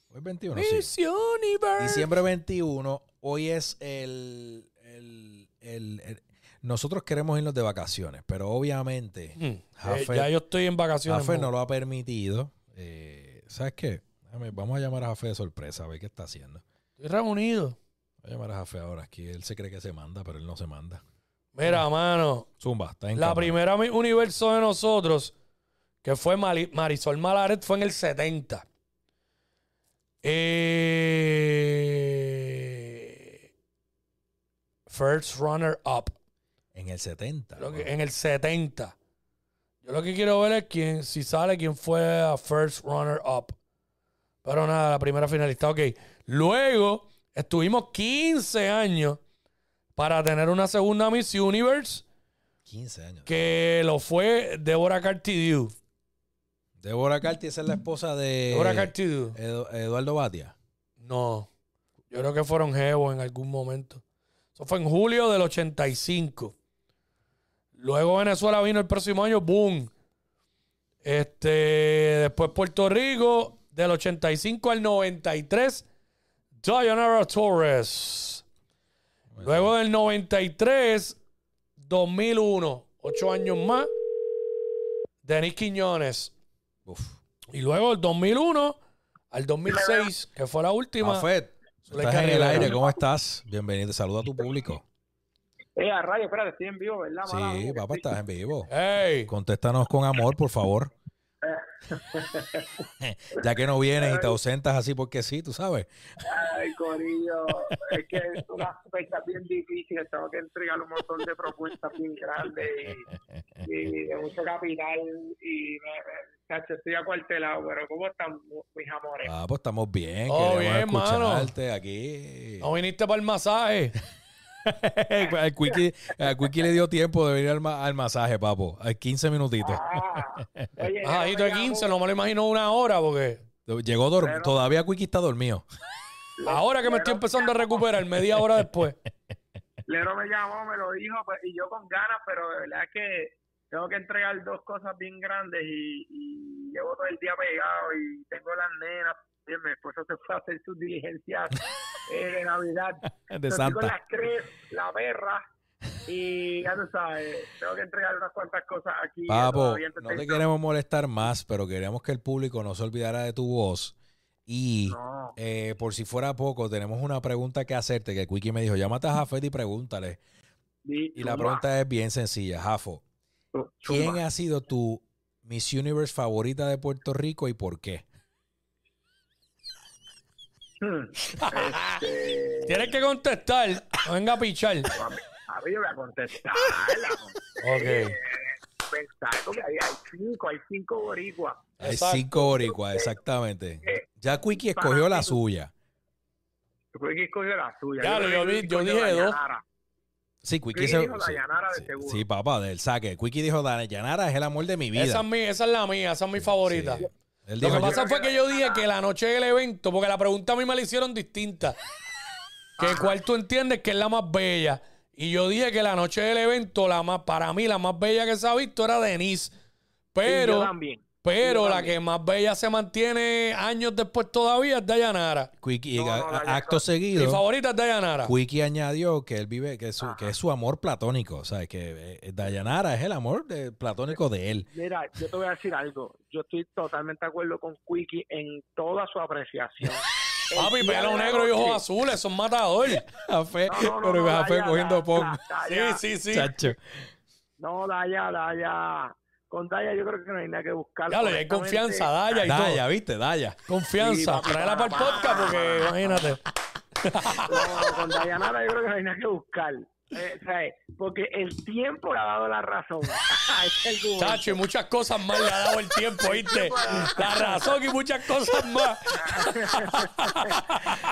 Speaker 2: Hoy es 21, sí.
Speaker 1: Miss Universe.
Speaker 2: Diciembre 21, hoy es el, el- el- el- Nosotros queremos irnos de vacaciones, pero obviamente
Speaker 1: Mm, eh,
Speaker 2: Jafet-
Speaker 1: ya yo estoy en vacaciones.
Speaker 2: Jafé no
Speaker 1: mo-
Speaker 2: lo ha permitido. Eh, ¿Sabes qué? Déjame- vamos a llamar a Jafé de sorpresa, a ver qué está haciendo.
Speaker 1: Estoy reunido.
Speaker 2: Voy a llamar a Jafé ahora, aquí él se cree que se manda, pero él no se manda.
Speaker 1: Mira, mano,
Speaker 2: Zumba, está en
Speaker 1: la
Speaker 2: cámara.
Speaker 1: primera Miss Universo de nosotros, que fue Mali- Marisol Malaret, fue en el 70. Eh, First Runner Up.
Speaker 2: En el 70.
Speaker 1: Lo que-
Speaker 2: wow.
Speaker 1: en el 70. Yo lo que quiero ver es quién, si sale quién fue a first runner up. Pero nada, la primera finalista. Ok. Luego estuvimos 15 años para tener una segunda Miss Universe
Speaker 2: 15 años.
Speaker 1: que lo fue Deborah Cartidew.
Speaker 2: Débora Carti, esa es la esposa de
Speaker 1: Deborah Cartidew.
Speaker 2: Edu- Eduardo Batia.
Speaker 1: No. Yo creo que fueron Jebo en algún momento. Eso fue en julio del 85. Luego Venezuela vino el próximo año, boom. Este, después Puerto Rico, del 85 al 93, Diana Torres. Luego del 93, 2001, ocho años más, Denis Quiñones.
Speaker 2: Uf.
Speaker 1: Y luego el 2001 al 2006, que Ah, fue la última.
Speaker 2: Mafet,
Speaker 1: Zuleika
Speaker 2: estás en el
Speaker 1: Rivera.
Speaker 2: aire, ¿cómo estás? Bienvenido, saluda a tu público.
Speaker 4: Eh, a radio, espérate, estoy en vivo, ¿verdad? mala?
Speaker 2: Sí, papá, estás en vivo.
Speaker 1: ¡Ey!
Speaker 2: Contéstanos con amor, por favor. ya que no vienes y te ausentas así porque sí, tú sabes.
Speaker 4: Ay, Corillo, es que es una fecha bien difícil, tengo que entregar un montón de propuestas bien grandes y, y de mucho capital y me, me- chacho, estoy acuartelado, pero ¿cómo están mis amores?
Speaker 2: Ah, pues estamos bien,
Speaker 1: Oh,
Speaker 2: queremos
Speaker 1: bien, mano.
Speaker 2: escucharte aquí.
Speaker 1: No viniste para el masaje.
Speaker 2: pues, al, Quickie, al Quickie le dio tiempo de venir al, ma- al masaje, papo. Hay 15 minutitos.
Speaker 4: Ah, oye,
Speaker 1: Ah, ahí
Speaker 4: no
Speaker 1: tú
Speaker 4: me
Speaker 1: de 15,
Speaker 4: llamó,
Speaker 1: no me lo imagino una hora porque
Speaker 2: Llegó dor-
Speaker 4: Pero-
Speaker 2: todavía Quickie está dormido.
Speaker 1: ahora que me estoy empezando a recuperar, media hora después.
Speaker 4: Lero me llamó, me lo dijo, pues, y yo con ganas, pero de verdad es que tengo que entregar dos cosas bien grandes y, y llevo todo el día pegado y tengo las nenas, y mi esposo se fue a hacer sus diligencias eh, de Navidad.
Speaker 2: De
Speaker 4: Yo estoy con
Speaker 2: Santa.
Speaker 4: las tres, la perra, y ya tú sabes, tengo que entregar unas cuantas cosas aquí.
Speaker 2: Papo,
Speaker 4: todavía estoy
Speaker 2: no te
Speaker 4: pensando.
Speaker 2: queremos molestar más, pero queremos que el público no se olvidara de tu voz. Y
Speaker 4: No,
Speaker 2: eh, por si fuera poco, tenemos una pregunta que hacerte, que Quickie me dijo, llámate a Jafet y pregúntale.
Speaker 4: di-
Speaker 2: Y la
Speaker 4: zumba,
Speaker 2: pregunta es bien sencilla, Jafo.
Speaker 4: zu-
Speaker 2: ¿Quién
Speaker 4: zumba.
Speaker 2: ha sido tu Miss Universe favorita de Puerto Rico y por qué?
Speaker 4: Este,
Speaker 1: Tienes que contestar. No venga a pichar.
Speaker 4: papi, papi, yo voy a contestar. la contesté.
Speaker 1: Ok.
Speaker 4: Pensar, porque ahí hay cinco, hay cinco boricuas.
Speaker 2: Hay
Speaker 1: Exacto.
Speaker 2: cinco boricuas, exactamente.
Speaker 4: Eh,
Speaker 2: Ya Quickie escogió la suya.
Speaker 4: Yo creo que escogió la suya.
Speaker 1: Claro,
Speaker 4: creo
Speaker 1: yo
Speaker 4: que
Speaker 1: vi- yo
Speaker 4: escogió
Speaker 1: dije dos.
Speaker 4: Dayanara.
Speaker 2: Sí, Quickie
Speaker 4: Quickie
Speaker 2: se-
Speaker 4: dijo
Speaker 2: sí,
Speaker 4: Dayanara de
Speaker 2: sí,
Speaker 4: seguro.
Speaker 2: sí, papá, del saque. Quickie dijo, Dayanara es el amor de mi vida.
Speaker 1: Esa es, mi, esa es la mía, esa es mi favorita.
Speaker 2: Sí. Él
Speaker 1: Lo
Speaker 2: dijo,
Speaker 1: que
Speaker 2: yo-
Speaker 1: pasa fue que yo dije que la noche del evento, porque la pregunta a mí me la hicieron distinta. Que cuál tú entiendes que es la más bella. Y yo dije que la noche del evento, la más, para mí, la más bella que se ha visto era Denise.
Speaker 4: Y
Speaker 1: Pero,
Speaker 4: yo también.
Speaker 1: pero
Speaker 4: yo
Speaker 1: la
Speaker 4: también.
Speaker 1: que más bella se mantiene años después todavía es Dayanara.
Speaker 2: Quickie,
Speaker 4: No, no,
Speaker 2: a-
Speaker 4: Dayanara.
Speaker 2: acto
Speaker 1: Mi
Speaker 2: seguido,
Speaker 1: favorita es Dayanara.
Speaker 2: Quickie añadió que él vive, que, su, que es su amor platónico. O sea, que eh, Dayanara es el amor de- platónico de él.
Speaker 4: Mira, yo te voy a decir algo. Yo estoy totalmente de acuerdo con Quickie en toda su apreciación. El
Speaker 1: Papi,
Speaker 4: día de
Speaker 1: pelo
Speaker 4: la
Speaker 1: negro y ojos
Speaker 4: noche-
Speaker 1: azules, son matadores.
Speaker 2: Café,
Speaker 4: No, no, no,
Speaker 2: pero
Speaker 4: no,
Speaker 2: café
Speaker 4: Daya,
Speaker 2: cogiendo
Speaker 4: da-
Speaker 2: pop.
Speaker 4: da-
Speaker 1: Sí,
Speaker 4: Daya.
Speaker 1: sí, sí.
Speaker 2: Chacho.
Speaker 4: No, Daya, Daya. Con Daya yo creo que no hay nada que buscar.
Speaker 1: Ya le hay confianza,
Speaker 4: Honestamente,
Speaker 1: Daya y todo.
Speaker 2: Daya, viste, Daya.
Speaker 4: Sí,
Speaker 1: Confianza.
Speaker 4: papi,
Speaker 1: Tráela para el
Speaker 4: para, para,
Speaker 1: podcast porque
Speaker 4: para.
Speaker 1: imagínate.
Speaker 4: No, con Dayanara yo creo que no hay nada que buscar. Eh, ¿sabes? Porque el tiempo le ha dado la razón. Ese es el argumento.
Speaker 1: Chacho, y muchas cosas más le ha dado el tiempo, ¿viste? La razón y muchas cosas más.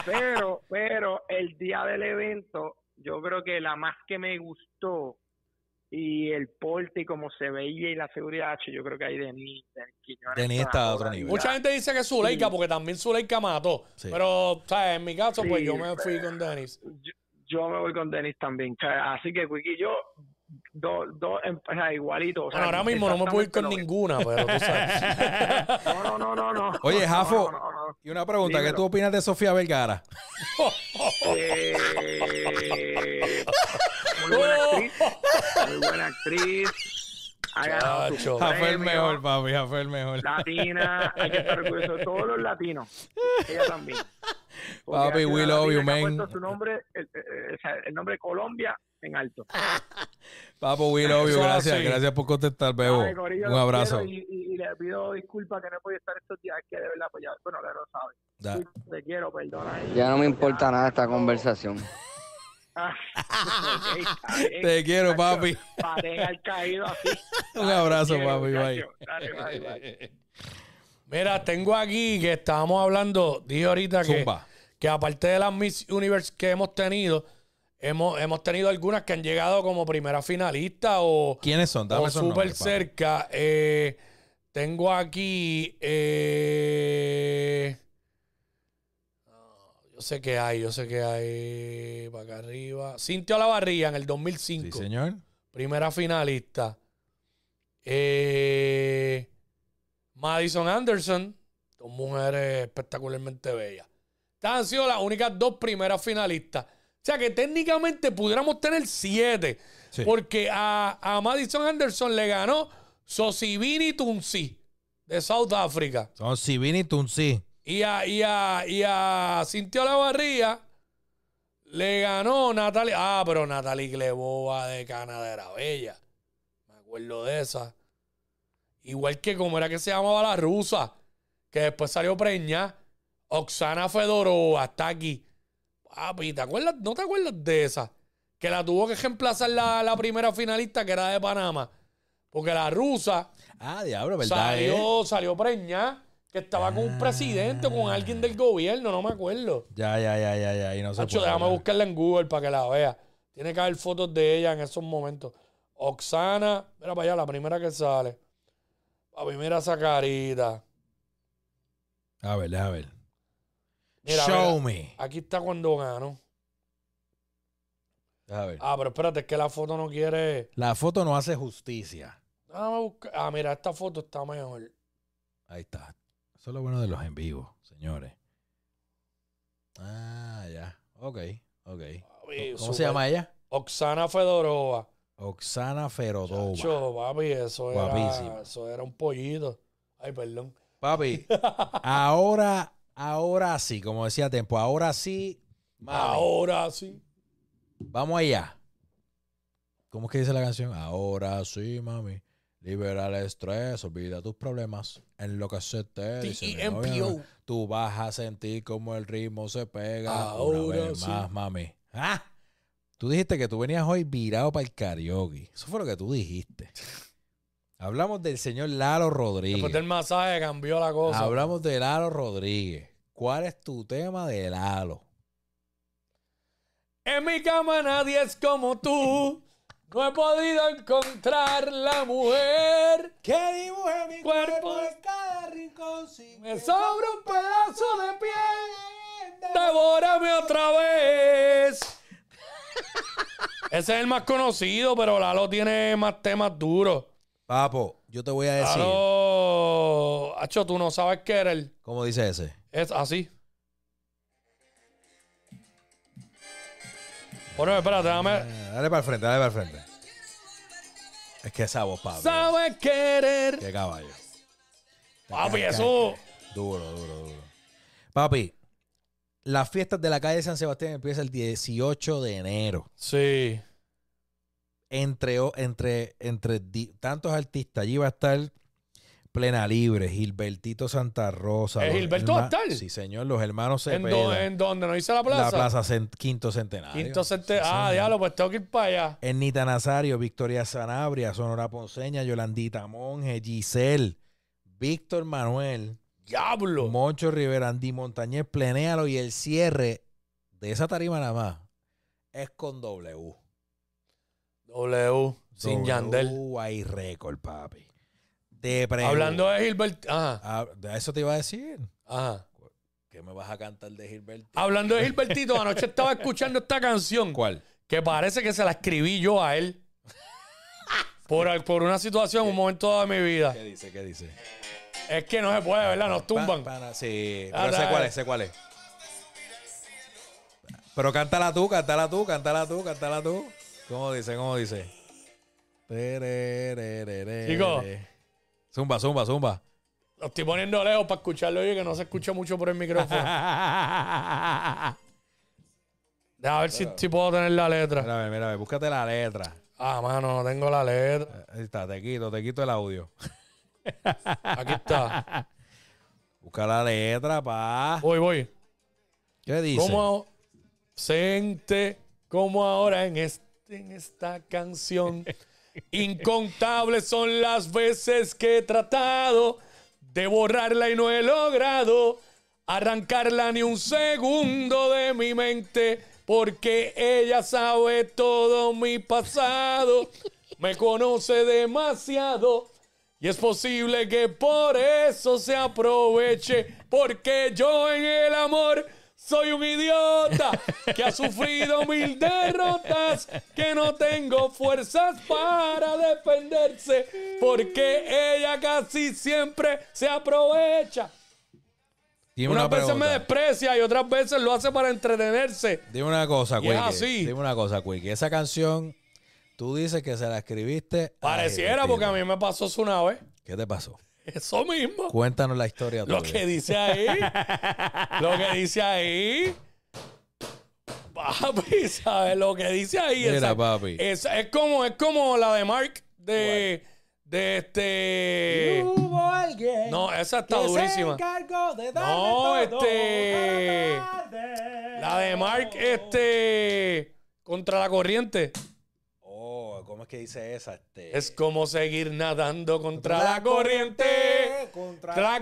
Speaker 4: pero, pero el día del evento, yo creo que la más que me gustó y el porte y cómo se veía y la seguridad, ch, yo creo que hay de mí.
Speaker 2: Denise está a otro nivel.
Speaker 1: Mucha gente dice que Zuleika, porque también Zuleika mató.
Speaker 2: Sí.
Speaker 1: Pero, ¿sabes? En mi caso, pues
Speaker 4: Sí,
Speaker 1: yo me fui con Dennis.
Speaker 4: Yo, yo me voy con Denis también. ch, Así que, Quickie, yo, dos, dos, em- o sea, igualito. o sea,
Speaker 1: Bueno, ahora mismo no me puedo ir con
Speaker 4: exactamente
Speaker 1: ninguna, pero tú sabes.
Speaker 4: lo mismo. No, no, no, no. no.
Speaker 2: Oye,
Speaker 4: No,
Speaker 2: Jafo.
Speaker 4: no, no, no.
Speaker 2: Y una pregunta, ¿qué
Speaker 4: Dímelo.
Speaker 2: tú opinas de Sofía Vergara?
Speaker 4: Eh, muy buena actriz. Muy buena actriz. Ha ganado su
Speaker 1: Chacho.
Speaker 2: Ah, fue el
Speaker 4: premio.
Speaker 2: mejor, papi, ah, fue el mejor.
Speaker 4: Latina, hay que estar orgulloso de todos los latinos. Ella también. Porque
Speaker 2: Papi,
Speaker 4: ha sido
Speaker 2: we
Speaker 4: la
Speaker 2: love you,
Speaker 4: latina que ha
Speaker 2: man.
Speaker 4: puesto su nombre, el, el- el- el nombre Colombia en alto.
Speaker 2: Ah, Papo, we love you,
Speaker 1: Eso es
Speaker 2: gracias,
Speaker 1: así.
Speaker 2: gracias por contestar, Bebo.
Speaker 4: Ay, corillo,
Speaker 2: Un
Speaker 4: los
Speaker 2: abrazo.
Speaker 4: quiero Y, y- y le pido disculpas que no he podido estar estos días, que de verdad, pues ya, bueno, ya lo sabes.
Speaker 2: Da-
Speaker 4: Te quiero, perdona.
Speaker 3: Ya no me importa nada esta conversación.
Speaker 4: Ah, ok, está bien.
Speaker 2: Te quiero, papi.
Speaker 4: Pareja al caído así.
Speaker 2: Un abrazo,
Speaker 4: Te quiero,
Speaker 2: papi, bye.
Speaker 4: muchacho. Dale, bye, bye.
Speaker 1: Mira, tengo aquí que estábamos hablando, dije ahorita que,
Speaker 2: Zumba.
Speaker 1: que aparte de las Miss Universe que hemos tenido, hemos, hemos tenido algunas que han llegado como primera finalista o,
Speaker 2: ¿Quiénes son?
Speaker 1: o
Speaker 2: Dame esos
Speaker 1: súper
Speaker 2: nombres, papi.
Speaker 1: cerca. Eh, tengo aquí. eh, yo sé que hay, yo sé que hay. Para acá arriba. Cintia Olavarría en el
Speaker 2: Sí,
Speaker 1: 2005.
Speaker 2: señor.
Speaker 1: primera finalista. Eh, Madison Anderson. Dos mujeres espectacularmente bellas. Estas han sido las únicas dos primeras finalistas. O sea que técnicamente pudiéramos tener siete.
Speaker 2: Sí.
Speaker 1: Porque a, a Madison Anderson le ganó Sosibini Tunsi de South Africa.
Speaker 2: Son Sibini y Tunsi.
Speaker 1: Y a, y a, y a Cintia Olavarría le ganó Natalie. Ah, pero Natalie Glebova de Canadá era bella. Me acuerdo de esa. Igual que como era que se llamaba la rusa, que después salió preña. Oksana Fedorova está aquí. Papi, ¿te acuerdas? ¿No te acuerdas de esa? Que la tuvo que reemplazar la, la primera finalista que era de Panamá. Porque la rusa
Speaker 2: Ah, diablo, ¿verdad? eh? Ah.
Speaker 1: salió, salió preña, que estaba con un presidente o con alguien del gobierno, no me acuerdo.
Speaker 2: Ya, ya, ya, ya, ya. Y no se
Speaker 1: Nacho,
Speaker 2: puede
Speaker 1: déjame
Speaker 2: hablar.
Speaker 1: buscarla en Google para que la vea. Tiene que haber fotos de ella en esos momentos. Oxana, mira para allá, la primera que sale. Papi, mira esa carita.
Speaker 2: A ver, a ver.
Speaker 1: Mira,
Speaker 2: Show
Speaker 1: mira.
Speaker 2: me.
Speaker 1: Aquí está cuando gano.
Speaker 2: A ver.
Speaker 1: Ah, pero espérate, es que la foto no quiere.
Speaker 2: La foto no hace justicia.
Speaker 1: Déjame buscar. Ah, mira, esta foto está mejor.
Speaker 2: Ahí está. Eso es lo bueno de los en vivo, señores. Ah, ya. Ok, ok.
Speaker 1: Papi,
Speaker 2: ¿Cómo se
Speaker 1: súper.
Speaker 2: llama ella?
Speaker 1: Oxana Fedorova.
Speaker 2: Oxana Ferodova.
Speaker 1: Chacho, papi, eso
Speaker 2: Oh, Guapísima.
Speaker 1: era, eso era un pollito. Ay, perdón.
Speaker 2: Papi, ahora, ahora sí, como decía Tempo, ahora sí, mami,
Speaker 1: Ahora sí.
Speaker 2: vamos allá. ¿Cómo es que dice la canción? Ahora sí, mami. Libera el estrés, olvida tus problemas, enloquecete. dice mi novia,
Speaker 1: TEMPO.
Speaker 2: Tú vas a sentir como el ritmo se pega
Speaker 1: Ahora
Speaker 2: una vez
Speaker 1: sí.
Speaker 2: más, mami. ¡Ah! Tú dijiste que tú venías hoy virado para el karaoke. Eso fue lo que tú dijiste. Hablamos del señor Lalo Rodríguez.
Speaker 1: Después del masaje cambió la cosa.
Speaker 2: Hablamos de Lalo Rodríguez. ¿Cuál es tu tema de Lalo?
Speaker 1: En mi cama nadie es como tú. No he podido encontrar la mujer.
Speaker 2: Que dibuje mi
Speaker 1: Cuerpo. cuerpo en
Speaker 2: cada rincón sin
Speaker 1: Me sobra un pedazo de piel. Devórame otra vez. Ese es el más conocido, pero Lalo tiene más temas duros.
Speaker 2: Papo, yo te voy a decir,
Speaker 1: Lalo, Hacho, tú no sabes qué eres.
Speaker 2: ¿cómo dice ese?
Speaker 1: Es así. Bueno, espérate, déjame.
Speaker 2: Ah, Dale para el frente, dale para el frente. Es que esa voz, Pablo.
Speaker 1: Sabes querer.
Speaker 2: Qué caballo.
Speaker 1: Papi, eso.
Speaker 2: Duro, duro, duro. Papi, las fiestas de la calle de San Sebastián empiezan el 18 de enero.
Speaker 1: Sí.
Speaker 2: Entre, o- entre, entre di- tantos artistas, allí va a estar Plena Libre, Gilbertito Santa Rosa.
Speaker 1: ¿Eh,
Speaker 2: los
Speaker 1: Gilberto va a
Speaker 2: herma-
Speaker 1: estar?
Speaker 2: Sí, señor, los hermanos
Speaker 1: ¿En,
Speaker 2: Cepeda.
Speaker 1: dónde- en dónde? ¿No hice la plaza?
Speaker 2: La plaza Cent- Quinto Centenario.
Speaker 1: Quinto centenario.
Speaker 2: Sí,
Speaker 1: Ah,
Speaker 2: señor.
Speaker 1: diablo, pues tengo que ir para allá.
Speaker 2: Ernita Nazario, Victoria Sanabria, Sonora Ponceña, Yolandita Monge, Giselle, Víctor Manuel,
Speaker 1: Diablo.
Speaker 2: Moncho Rivera, Andy Montañez, Plenéalo y el cierre de esa tarima nada más es con W.
Speaker 1: W. Sin
Speaker 2: W
Speaker 1: Yandel.
Speaker 2: hay récord, papi. Te pregunto-
Speaker 1: Hablando de Gilbert. Ajá.
Speaker 2: Ah, de eso te iba a decir.
Speaker 1: Ajá.
Speaker 2: ¿Qué me vas a cantar de Gilberto?
Speaker 1: Hablando de Gilbertito, anoche estaba escuchando esta canción.
Speaker 2: ¿Cuál?
Speaker 1: Que parece que se la escribí yo a él. Por, al- por una situación, un momento de mi vida.
Speaker 2: ¿Qué dice? ¿Qué dice?
Speaker 1: Es que no se puede, ¿verdad? Nos tumban.
Speaker 2: Pa- para- sí,
Speaker 1: Ah,
Speaker 2: pero sé
Speaker 1: dale.
Speaker 2: cuál es, sé cuál es. Pero cántala tú, cántala tú, cántala tú, cántala tú. ¿Cómo dice? ¿Cómo dice? Terererere.
Speaker 1: Chico.
Speaker 2: Zumba, zumba, zumba.
Speaker 1: Lo estoy poniendo lejos para escucharlo yo, que no se escucha mucho por el micrófono. A ver si, si puedo tener la letra.
Speaker 2: Mira, mira, búscate la letra.
Speaker 1: Ah, mano, no tengo la letra.
Speaker 2: Ahí está, te quito, te quito el audio.
Speaker 1: Aquí está.
Speaker 2: Busca la letra, pa.
Speaker 1: Voy, voy.
Speaker 2: ¿Qué dice?
Speaker 1: Como sente como ahora en, este- en esta canción. Incontables son las veces que he tratado de borrarla y no he logrado arrancarla ni un segundo de mi mente porque ella sabe todo mi pasado, me conoce demasiado y es posible que por eso se aproveche, porque yo en el amor soy un idiota que ha sufrido mil derrotas, que no tengo fuerzas para defenderse, porque ella casi siempre se aprovecha.
Speaker 2: Dime una,
Speaker 1: Unas veces me
Speaker 2: pregunta.
Speaker 1: desprecia y otras veces lo hace para entretenerse.
Speaker 2: Dime una cosa,
Speaker 1: Y es
Speaker 2: Quickie.
Speaker 1: así.
Speaker 2: Dime una cosa, Quickie. Esa canción, tú dices que se la escribiste. a
Speaker 1: Pareciera
Speaker 2: Gilbertito.
Speaker 1: porque a mí me pasó eso una vez.
Speaker 2: ¿Qué te pasó?
Speaker 1: Eso mismo.
Speaker 2: Cuéntanos la historia.
Speaker 1: Lo
Speaker 2: tuya.
Speaker 1: que dice ahí. lo que dice ahí. Papi, ¿sabes? Lo que dice ahí.
Speaker 2: Mira,
Speaker 1: esa-
Speaker 2: papi.
Speaker 1: esa- es, como, es como la de Mark de, de este.
Speaker 2: Hubo alguien
Speaker 1: No, esa está
Speaker 2: que se
Speaker 1: durísima.
Speaker 2: encargó de darle
Speaker 1: No,
Speaker 2: todo
Speaker 1: este.
Speaker 2: a la tarde.
Speaker 1: La de Mark, este. Contra la corriente.
Speaker 2: Oh, ¿cómo es que dice esa? Este?
Speaker 1: Es como seguir nadando contra la corriente.
Speaker 2: Contra
Speaker 1: La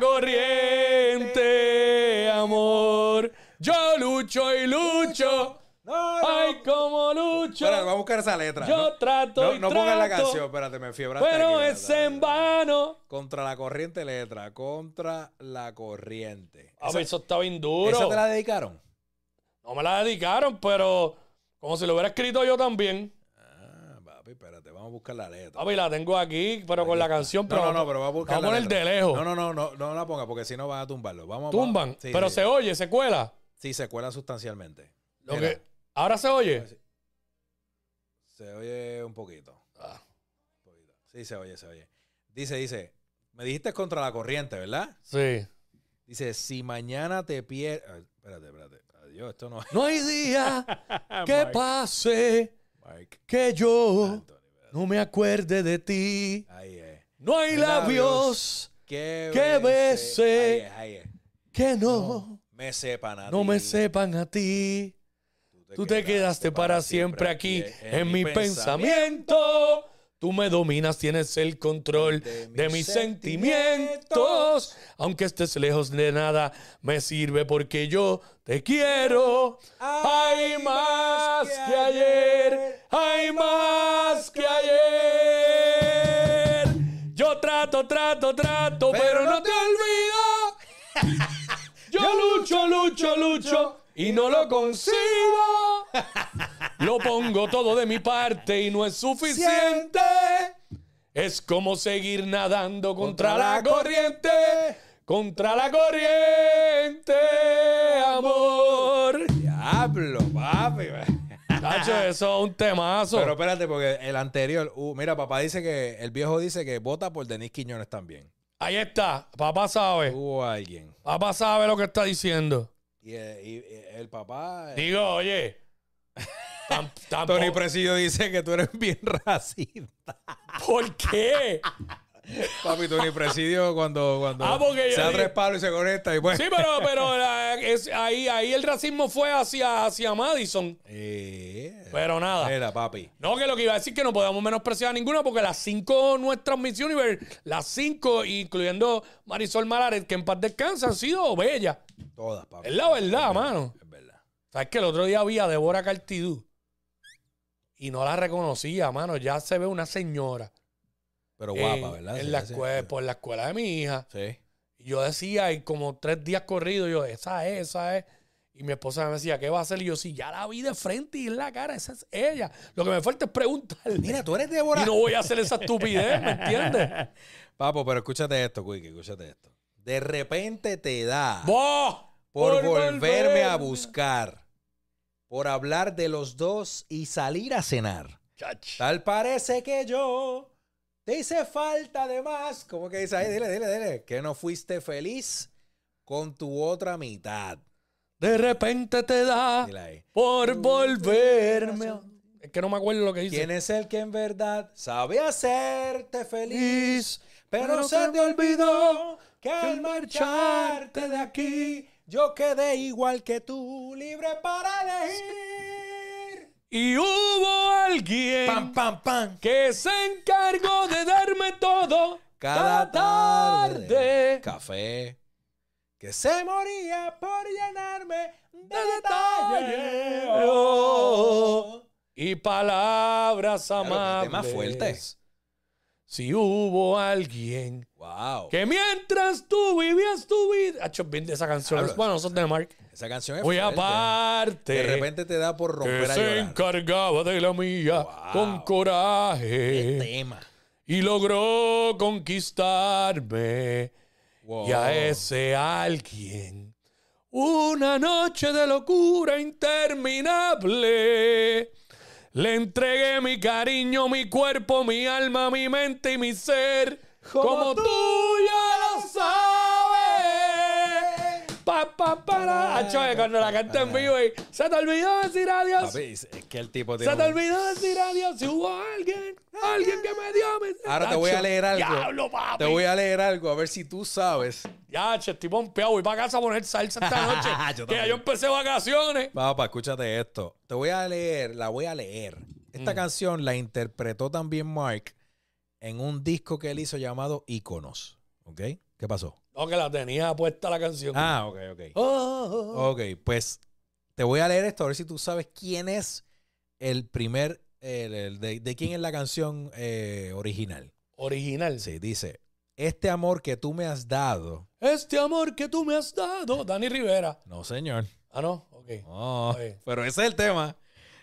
Speaker 1: corriente, amor. Yo lucho y lucho.
Speaker 2: No, no.
Speaker 1: Ay, como lucho.
Speaker 2: Espérate, vamos a buscar esa letra.
Speaker 1: Yo
Speaker 2: no,
Speaker 1: trato
Speaker 2: no,
Speaker 1: y
Speaker 2: no pongas la
Speaker 1: trato,
Speaker 2: canción, espérate, me fiebraste.
Speaker 1: Pero
Speaker 2: aquí,
Speaker 1: es
Speaker 2: espérate.
Speaker 1: en vano.
Speaker 2: Contra la corriente, letra. Contra la corriente.
Speaker 1: A
Speaker 2: Esa-
Speaker 1: ver, eso está bien
Speaker 2: ¿Esa
Speaker 1: duro.
Speaker 2: te la dedicaron?
Speaker 1: No me la dedicaron, pero como si lo hubiera escrito yo también.
Speaker 2: Ah, papi, espérate, vamos a buscar la letra.
Speaker 1: Papi, la tengo aquí, pero con la canción.
Speaker 2: No, no, no, pero vamos a buscar
Speaker 1: Ah, Vamos a
Speaker 2: la
Speaker 1: poner
Speaker 2: letra.
Speaker 1: de lejos.
Speaker 2: No, no, no, no, no la ponga porque si no van a tumbarlo. Vamos,
Speaker 1: Tumban.
Speaker 2: vamos- sí,
Speaker 1: pero
Speaker 2: sí,
Speaker 1: se oye, se cuela.
Speaker 2: sí, se cuela sustancialmente.
Speaker 1: Lo
Speaker 2: Mira,
Speaker 1: que- Ahora se oye.
Speaker 2: Se oye un poquito.
Speaker 1: Ah.
Speaker 2: Un poquito. Sí, se oye, se oye. Dice, dice, me dijiste contra la corriente, ¿verdad?
Speaker 1: Sí.
Speaker 2: Dice, si mañana te pierdes... Espérate, espérate. Adiós, esto no es...
Speaker 1: No hay día que pase que yo Oh.
Speaker 2: Anthony, espérate.
Speaker 1: no me acuerde de ti.
Speaker 2: Ahí es.
Speaker 1: No hay labios que bese.
Speaker 2: Ahí es, ahí es.
Speaker 1: que no,
Speaker 2: No me sepan a
Speaker 1: no me
Speaker 2: ti.
Speaker 1: sepan a ti. Tú te quedaste para siempre aquí en mi pensamiento. Tú me dominas, tienes el control
Speaker 2: De
Speaker 1: de
Speaker 2: mis
Speaker 1: mis
Speaker 2: sentimientos.
Speaker 1: sentimientos. Aunque estés lejos de nada, me sirve porque yo te quiero. Hay más que ayer, hay más que ayer. Yo trato, trato, trato, pero no te olvido. Yo lucho, lucho, lucho y no lo consigo. Lo pongo todo de mi parte y no es suficiente. Es como seguir nadando contra la corriente, contra la corriente, amor.
Speaker 2: Diablo, papi.
Speaker 1: Chacho, eso es un temazo.
Speaker 2: Pero espérate, porque el anterior. uh, mira, papá dice que. El viejo dice que vota por Denis Quiñones también.
Speaker 1: Ahí está, papá sabe.
Speaker 2: Hubo alguien.
Speaker 1: Papá sabe lo que está diciendo.
Speaker 2: Y, eh, y, eh, el papá. eh,
Speaker 1: Digo, oye. tam- tampoco-
Speaker 2: Tony Presidio dice que tú eres bien racista.
Speaker 1: ¿Por qué?
Speaker 2: Papi, Tony Presidio cuando, cuando
Speaker 1: Ah, porque yo
Speaker 2: se da
Speaker 1: dije-
Speaker 2: tres palos y se conecta y pues.
Speaker 1: Sí, pero, pero la- es- ahí, ahí el racismo fue hacia, hacia Madison.
Speaker 2: Eh,
Speaker 1: Pero Pues, nada.
Speaker 2: mira, papi.
Speaker 1: No, que lo que iba a decir que no podemos menospreciar a ninguna porque las cinco nuestras Miss Universe, las cinco, incluyendo Marisol Malaret, que en paz descansa, han sido bellas.
Speaker 2: Todas, papi.
Speaker 1: Es la verdad, mano.
Speaker 2: Es verdad.
Speaker 1: ¿Sabes que el otro día vi a Débora Cartidú y no la reconocía, mano? Ya se ve una señora.
Speaker 2: Pero guapa,
Speaker 1: en-
Speaker 2: ¿verdad?
Speaker 1: En
Speaker 2: Sí,
Speaker 1: la
Speaker 2: sí,
Speaker 1: escue-
Speaker 2: sí.
Speaker 1: Por la escuela de mi hija.
Speaker 2: Sí.
Speaker 1: Y yo decía, y como tres días corridos, yo, esa es, esa es. Y mi esposa me decía, ¿qué va a hacer? Y yo, si ya la vi de frente y en la cara, esa es ella. Lo que me falta es preguntarle.
Speaker 2: Mira, tú eres Débora.
Speaker 1: y no voy a hacer esa estupidez, ¿me entiendes?
Speaker 2: Papo, pero escúchate esto, Quique, escúchate esto. De repente te da
Speaker 1: ¡Vos!
Speaker 2: por,
Speaker 1: por
Speaker 2: volverme
Speaker 1: volverme.
Speaker 2: a buscar, por hablar de los dos y salir a cenar.
Speaker 1: Chach.
Speaker 2: Tal parece que yo te hice falta de más. ¿Cómo que dice ahí? Dile, dile, dile. Que no fuiste feliz con tu otra mitad.
Speaker 1: De repente te da
Speaker 2: Dile ahí.
Speaker 1: por volverme a... Es que no me acuerdo lo que dice.
Speaker 2: ¿Quién es el que en verdad sabe hacerte feliz? Pero
Speaker 1: pero
Speaker 2: se
Speaker 1: que
Speaker 2: te olvidó que
Speaker 1: que
Speaker 2: al
Speaker 1: al
Speaker 2: marcharte de aquí yo quedé igual que tú, libre para elegir.
Speaker 1: Y hubo alguien
Speaker 2: Pam, pam, pam.
Speaker 1: que se encargó de darme todo
Speaker 2: Cada tarde. Café. Que se moría por llenarme de detalles.
Speaker 1: oh. y palabras
Speaker 2: qué tema
Speaker 1: amables.
Speaker 2: fuerte.
Speaker 1: Si hubo alguien
Speaker 2: Wow.
Speaker 1: que mientras tú vivías tu vida. Ha hecho bien de esa canción.
Speaker 2: Hablo.
Speaker 1: bueno, son de Mark.
Speaker 2: Esa canción es
Speaker 1: Muy
Speaker 2: fuerte.
Speaker 1: aparte.
Speaker 2: De repente te da por
Speaker 1: que
Speaker 2: romper a
Speaker 1: se
Speaker 2: llorar.
Speaker 1: encargaba de la mía
Speaker 2: Wow. Este.
Speaker 1: con coraje
Speaker 2: Qué tema.
Speaker 1: y logró conquistarme.
Speaker 2: Wow.
Speaker 1: Y a ese alguien, una noche de locura interminable, le entregué mi cariño, mi cuerpo, mi alma, mi mente y mi ser, como, tú ya lo sabes. Pa, pa, para.
Speaker 2: Ah,
Speaker 1: Acho, eh, cuando la canta en vivo y se te olvidó decir adiós.
Speaker 2: Papi, es es que el tipo tiene
Speaker 1: Se te
Speaker 2: un-
Speaker 1: olvidó decir adiós. Si hubo alguien, alguien que me dio. me-
Speaker 2: Ahora te voy a
Speaker 1: Acho,
Speaker 2: leer algo.
Speaker 1: Diablo, papi.
Speaker 2: Te voy a leer algo, a ver si tú sabes.
Speaker 1: Ya, che, estoy pompeado. Voy para casa a poner salsa esta noche.
Speaker 2: Yo
Speaker 1: que ya
Speaker 2: también.
Speaker 1: yo empecé vacaciones.
Speaker 2: Papá, escúchate esto. Te voy a leer, la voy a leer.
Speaker 1: Mm.
Speaker 2: Esta canción la interpretó también Mark en un disco que él hizo llamado Iconos. ¿Ok? ¿Qué pasó?
Speaker 1: No, que la tenía puesta la canción. Oh,
Speaker 2: Ah, ok, ok. Ok, pues te voy a leer esto, a ver si tú sabes quién es el primer, el- el- de, de quién es la canción eh, original.
Speaker 1: Original.
Speaker 2: Sí, dice, este amor que tú me has dado.
Speaker 1: Este amor que tú me has dado, Dani Rivera.
Speaker 2: No, señor.
Speaker 1: Ah, no, ok.
Speaker 2: No,
Speaker 1: Está bien.
Speaker 2: pero ese es el tema.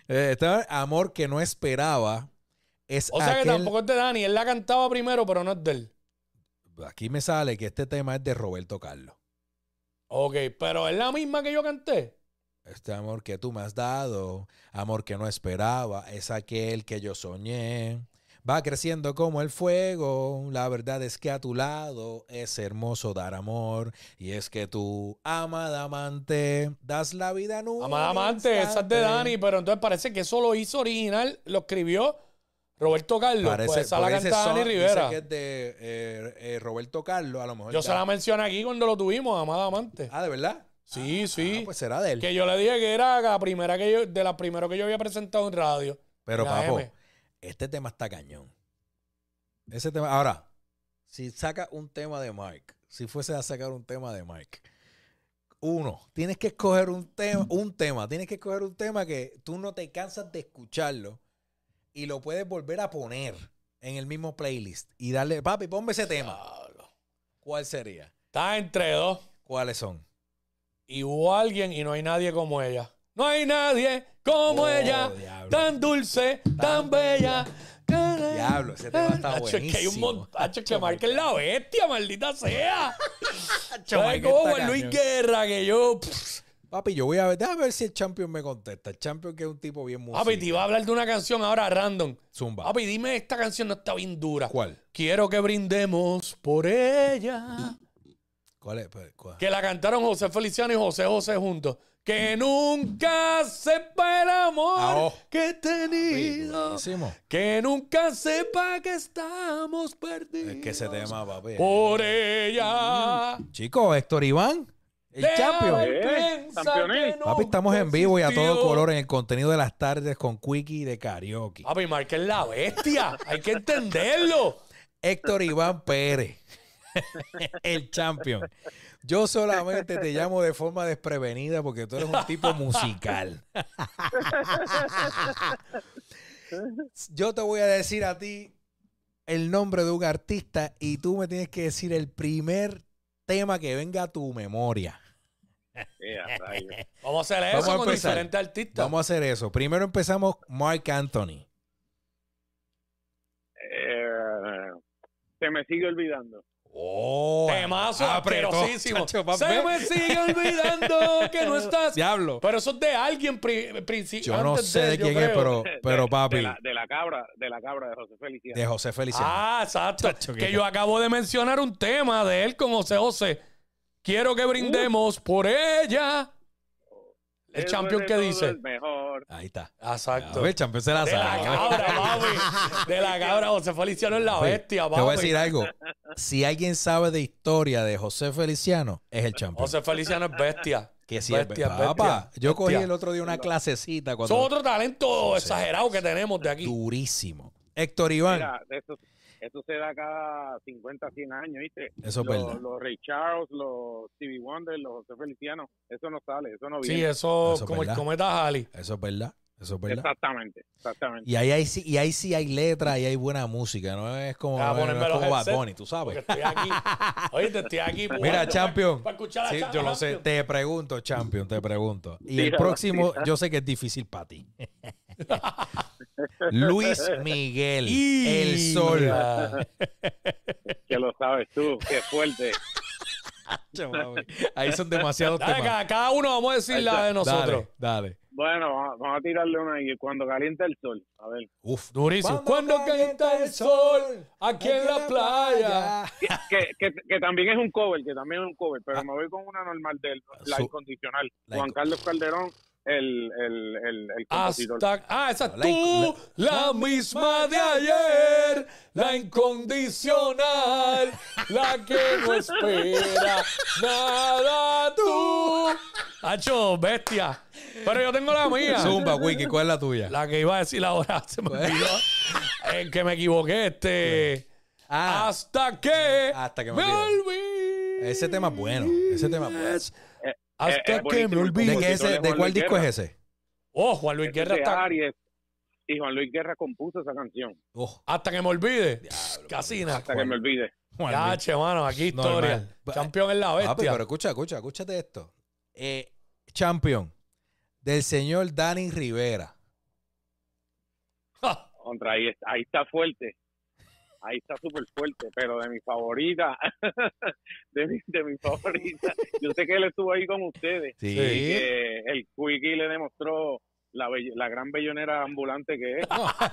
Speaker 2: Eh, Este amor que no esperaba es
Speaker 1: O sea que
Speaker 2: aquel-
Speaker 1: tampoco es de Dani. Él la cantaba primero, pero no es de él.
Speaker 2: Aquí me sale que este tema es de Roberto Carlos.
Speaker 1: Ok, pero es la misma que yo canté.
Speaker 2: Este amor que tú me has dado, amor que no esperaba, es aquel que yo soñé. Va creciendo como el fuego, la verdad es que a tu lado es hermoso dar amor. Y es que tú, amada amante, das la vida en un
Speaker 1: Amada Amante, esa es de
Speaker 2: instante.
Speaker 1: Dani, pero entonces parece que eso lo hizo original, lo escribió Roberto Carlos, pues esa la
Speaker 2: parece
Speaker 1: canta Dani
Speaker 2: son-
Speaker 1: Rivera.
Speaker 2: Dice que es de eh, eh, Roberto Carlos, a lo mejor.
Speaker 1: Yo
Speaker 2: da-
Speaker 1: se la mencioné aquí cuando lo tuvimos, Amada Amante.
Speaker 2: Ah, ¿de verdad?
Speaker 1: sí,
Speaker 2: Ah,
Speaker 1: sí.
Speaker 2: pues será de él.
Speaker 1: que yo le dije que era la primera que yo, de las primeras que yo había presentado en radio.
Speaker 2: Pero,
Speaker 1: la
Speaker 2: papo,
Speaker 1: M.
Speaker 2: este tema está cañón. Ese tema. Ahora, si saca un tema de Mike, si fuese a sacar un tema de Mike, uno, tienes que escoger un tema, un tema, tienes que escoger un tema que tú no te cansas de escucharlo y lo puedes volver a poner en el mismo playlist y darle, papi, ponme ese tema.
Speaker 1: Diablo.
Speaker 2: ¿Cuál sería?
Speaker 1: Está entre dos.
Speaker 2: ¿Cuáles son?
Speaker 1: Y hubo alguien y no hay nadie como ella. No hay nadie como
Speaker 2: Oh,
Speaker 1: ella.
Speaker 2: diablo.
Speaker 1: Tan dulce, tan, bella.
Speaker 2: Diablo, ese tema está
Speaker 1: Hacho, es que hay un
Speaker 2: buenísimo.
Speaker 1: montacho que marca la bestia, maldita sea. ¿Sabes
Speaker 2: Mike
Speaker 1: cómo
Speaker 2: está
Speaker 1: Juan Luis
Speaker 2: cañón.
Speaker 1: Guerra? Que yo. pff,
Speaker 2: Papi, yo voy a ver, déjame ver si el champion me contesta. El champion que es un tipo bien músico.
Speaker 1: Papi, te iba a hablar de una canción ahora random.
Speaker 2: Zumba.
Speaker 1: Papi, dime esta canción no está bien dura.
Speaker 2: ¿Cuál?
Speaker 1: Quiero que brindemos por ella.
Speaker 2: ¿Cuál es? Pues, ¿Cuál?
Speaker 1: Que la cantaron José Feliciano y José José juntos. Que nunca sepa el amor
Speaker 2: Ah, oh.
Speaker 1: que he
Speaker 2: Sí,
Speaker 1: tenido.
Speaker 2: buenísimo.
Speaker 1: Que nunca sepa que estamos perdidos.
Speaker 2: Es que ese tema, eh. papi.
Speaker 1: Por e- ella.
Speaker 2: Chico, Héctor Iván, el
Speaker 1: Déjala
Speaker 2: champion.
Speaker 1: y
Speaker 5: Eh,
Speaker 1: piensa
Speaker 5: campeones.
Speaker 1: que
Speaker 2: Papi, estamos en vivo y a todo
Speaker 1: existió.
Speaker 2: color en el contenido de las tardes con Quickie de Karaoke.
Speaker 1: Papi, Marca es la bestia. Hay que entenderlo.
Speaker 2: Héctor Iván Pérez, el champion. Yo solamente te llamo de forma desprevenida porque tú eres un tipo musical. Yo te voy a decir a ti el nombre de un artista y tú me tienes que decir el primer tema que venga a tu memoria.
Speaker 5: Ea, rayo.
Speaker 1: Vamos a hacer
Speaker 2: Vamos
Speaker 1: eso
Speaker 2: a
Speaker 1: con
Speaker 2: empezar.
Speaker 1: diferentes artistas.
Speaker 2: Vamos a hacer eso. Primero empezamos Mark Anthony.
Speaker 5: Eh, se me sigue olvidando.
Speaker 2: Oh,
Speaker 1: Temazo
Speaker 2: apretó,
Speaker 1: asquerosísimo.
Speaker 2: chacho, va,
Speaker 1: Se
Speaker 2: ve.
Speaker 1: me sigue olvidando que no estás.
Speaker 2: Diablo.
Speaker 1: Pero eso es de alguien principal.
Speaker 2: Yo no sé de quién es, pero, pero
Speaker 5: De-
Speaker 2: papi,
Speaker 5: De la, de la cabra, de la cabra de José Feliciano.
Speaker 2: de José Feliciano.
Speaker 1: Ah, exacto.
Speaker 2: Chacho,
Speaker 1: que
Speaker 2: que-
Speaker 1: yo acabo de mencionar un tema de él con José José. Quiero que brindemos por ella. El
Speaker 5: Eso
Speaker 1: champion
Speaker 5: de
Speaker 1: que
Speaker 5: todo
Speaker 1: dice.
Speaker 5: El mejor.
Speaker 2: Ahí está. A
Speaker 1: Exacto.
Speaker 2: ver,
Speaker 1: De
Speaker 2: champion se la
Speaker 1: la
Speaker 2: sabe.
Speaker 1: cabra, papi. De la cabra. José Feliciano es la
Speaker 2: Oye,
Speaker 1: bestia,
Speaker 2: Te voy a
Speaker 1: papi.
Speaker 2: decir algo. Si alguien sabe de historia de José Feliciano, es el champion.
Speaker 1: José Feliciano es bestia.
Speaker 2: que sí, es
Speaker 1: bestia,
Speaker 2: verdad. Papá,
Speaker 1: bestia,
Speaker 2: yo cogí
Speaker 1: bestia.
Speaker 2: el otro día una clasecita
Speaker 1: Eso es
Speaker 2: cuando
Speaker 1: otro talento exagerado que tenemos de aquí.
Speaker 2: durísimo. Héctor Iván,
Speaker 5: Mira, eso, eso se da cada 50, 100 años, ¿viste?
Speaker 2: Eso es
Speaker 5: los,
Speaker 2: verdad.
Speaker 5: Los Ray Charles, los Stevie Wonder, los José Feliciano. Eso no sale, eso no
Speaker 1: Sí,
Speaker 5: viene.
Speaker 1: eso,
Speaker 2: Eso es
Speaker 1: como el
Speaker 2: verdad.
Speaker 1: cometa Halley.
Speaker 2: eso es verdad. Eso es verdad.
Speaker 5: exactamente, exactamente.
Speaker 2: Y ahí, ahí sí, y ahí sí hay letra y hay buena música. No es como,
Speaker 1: Ah,
Speaker 2: no es- no
Speaker 1: ponerme
Speaker 2: es
Speaker 1: los
Speaker 2: como Bad
Speaker 1: headset,
Speaker 2: Bunny, tú
Speaker 1: Porque
Speaker 2: sabes.
Speaker 1: estoy aquí. Oye, te estoy aquí.
Speaker 2: Mira, Champion.
Speaker 1: Para escuchar a
Speaker 2: Sí,
Speaker 1: Cha-
Speaker 2: yo lo sé.
Speaker 1: Champion.
Speaker 2: Te pregunto, Champion, te pregunto. Y el
Speaker 5: Tira,
Speaker 2: próximo, yo sé que es difícil para ti. Luis Miguel, el sol. Este
Speaker 1: Mira.
Speaker 5: Que lo sabes tú, qué fuerte.
Speaker 2: Ahí son demasiados
Speaker 1: Dale,
Speaker 2: temas.
Speaker 1: cada, cada uno vamos a decir la de nosotros.
Speaker 2: Dale, dale.
Speaker 5: Bueno, vamos a- vamos a tirarle una y cuando calienta el sol. A ver,
Speaker 2: Uf,
Speaker 1: Durísimo. Cuando calienta el sol, aquí en la playa.
Speaker 5: que, que, que, que también es un cover, que también es un cover, pero me voy con una normal del la
Speaker 2: Ah. Su-
Speaker 5: incondicional.
Speaker 2: la
Speaker 5: Juan
Speaker 2: inco-
Speaker 5: Carlos Calderón, el, el, el, el compositor.
Speaker 1: Hasta. Ah, esa es
Speaker 2: La inc-
Speaker 1: tú, la misma de ayer, la incondicional, la que no espera nada tú. Hacho, bestia. Pero yo tengo la mía.
Speaker 2: Zumba, Pues. Wiki, ¿cuál es la tuya?
Speaker 1: La que iba a decir ahora se me olvidó. En que me equivoqué, este.
Speaker 2: Ah,
Speaker 1: Hasta que,
Speaker 2: Hasta que me
Speaker 1: me
Speaker 2: olvide.
Speaker 1: olvide.
Speaker 2: Ese tema es bueno, ese tema es bueno.
Speaker 5: Eh,
Speaker 1: Hasta
Speaker 5: eh,
Speaker 1: que me
Speaker 5: buenísimo.
Speaker 2: ¿de,
Speaker 1: olvide.
Speaker 2: qué ese-
Speaker 5: compositor
Speaker 2: de
Speaker 5: Juan
Speaker 2: cuál
Speaker 5: Luis
Speaker 2: disco
Speaker 5: Guerra.
Speaker 2: es ese?
Speaker 1: Oh, Juan Luis Guerra
Speaker 5: de
Speaker 1: está.
Speaker 5: Aries. Y Juan Luis Guerra compuso esa canción.
Speaker 2: Oh,
Speaker 1: Hasta que me olvide. Casi nada.
Speaker 5: Hasta que me olvide.
Speaker 2: Juan
Speaker 1: Ya,
Speaker 2: Luis.
Speaker 1: che, mano, aquí historia.
Speaker 2: Normal. Pa-
Speaker 1: Campeón en la
Speaker 2: Papi,
Speaker 1: bestia.
Speaker 2: pero escucha, escucha, escúchate esto. Eh, Champion del señor Dani Rivera.
Speaker 1: Ja,
Speaker 5: Contra ahí, está- ahí está fuerte. Ahí está súper fuerte, pero de mi favorita. de, mi, de mi favorita. Yo sé que él estuvo ahí con ustedes.
Speaker 2: Sí.
Speaker 5: Y que el Quickie le demostró la, bell- la gran bellonera ambulante que es.
Speaker 2: Ah,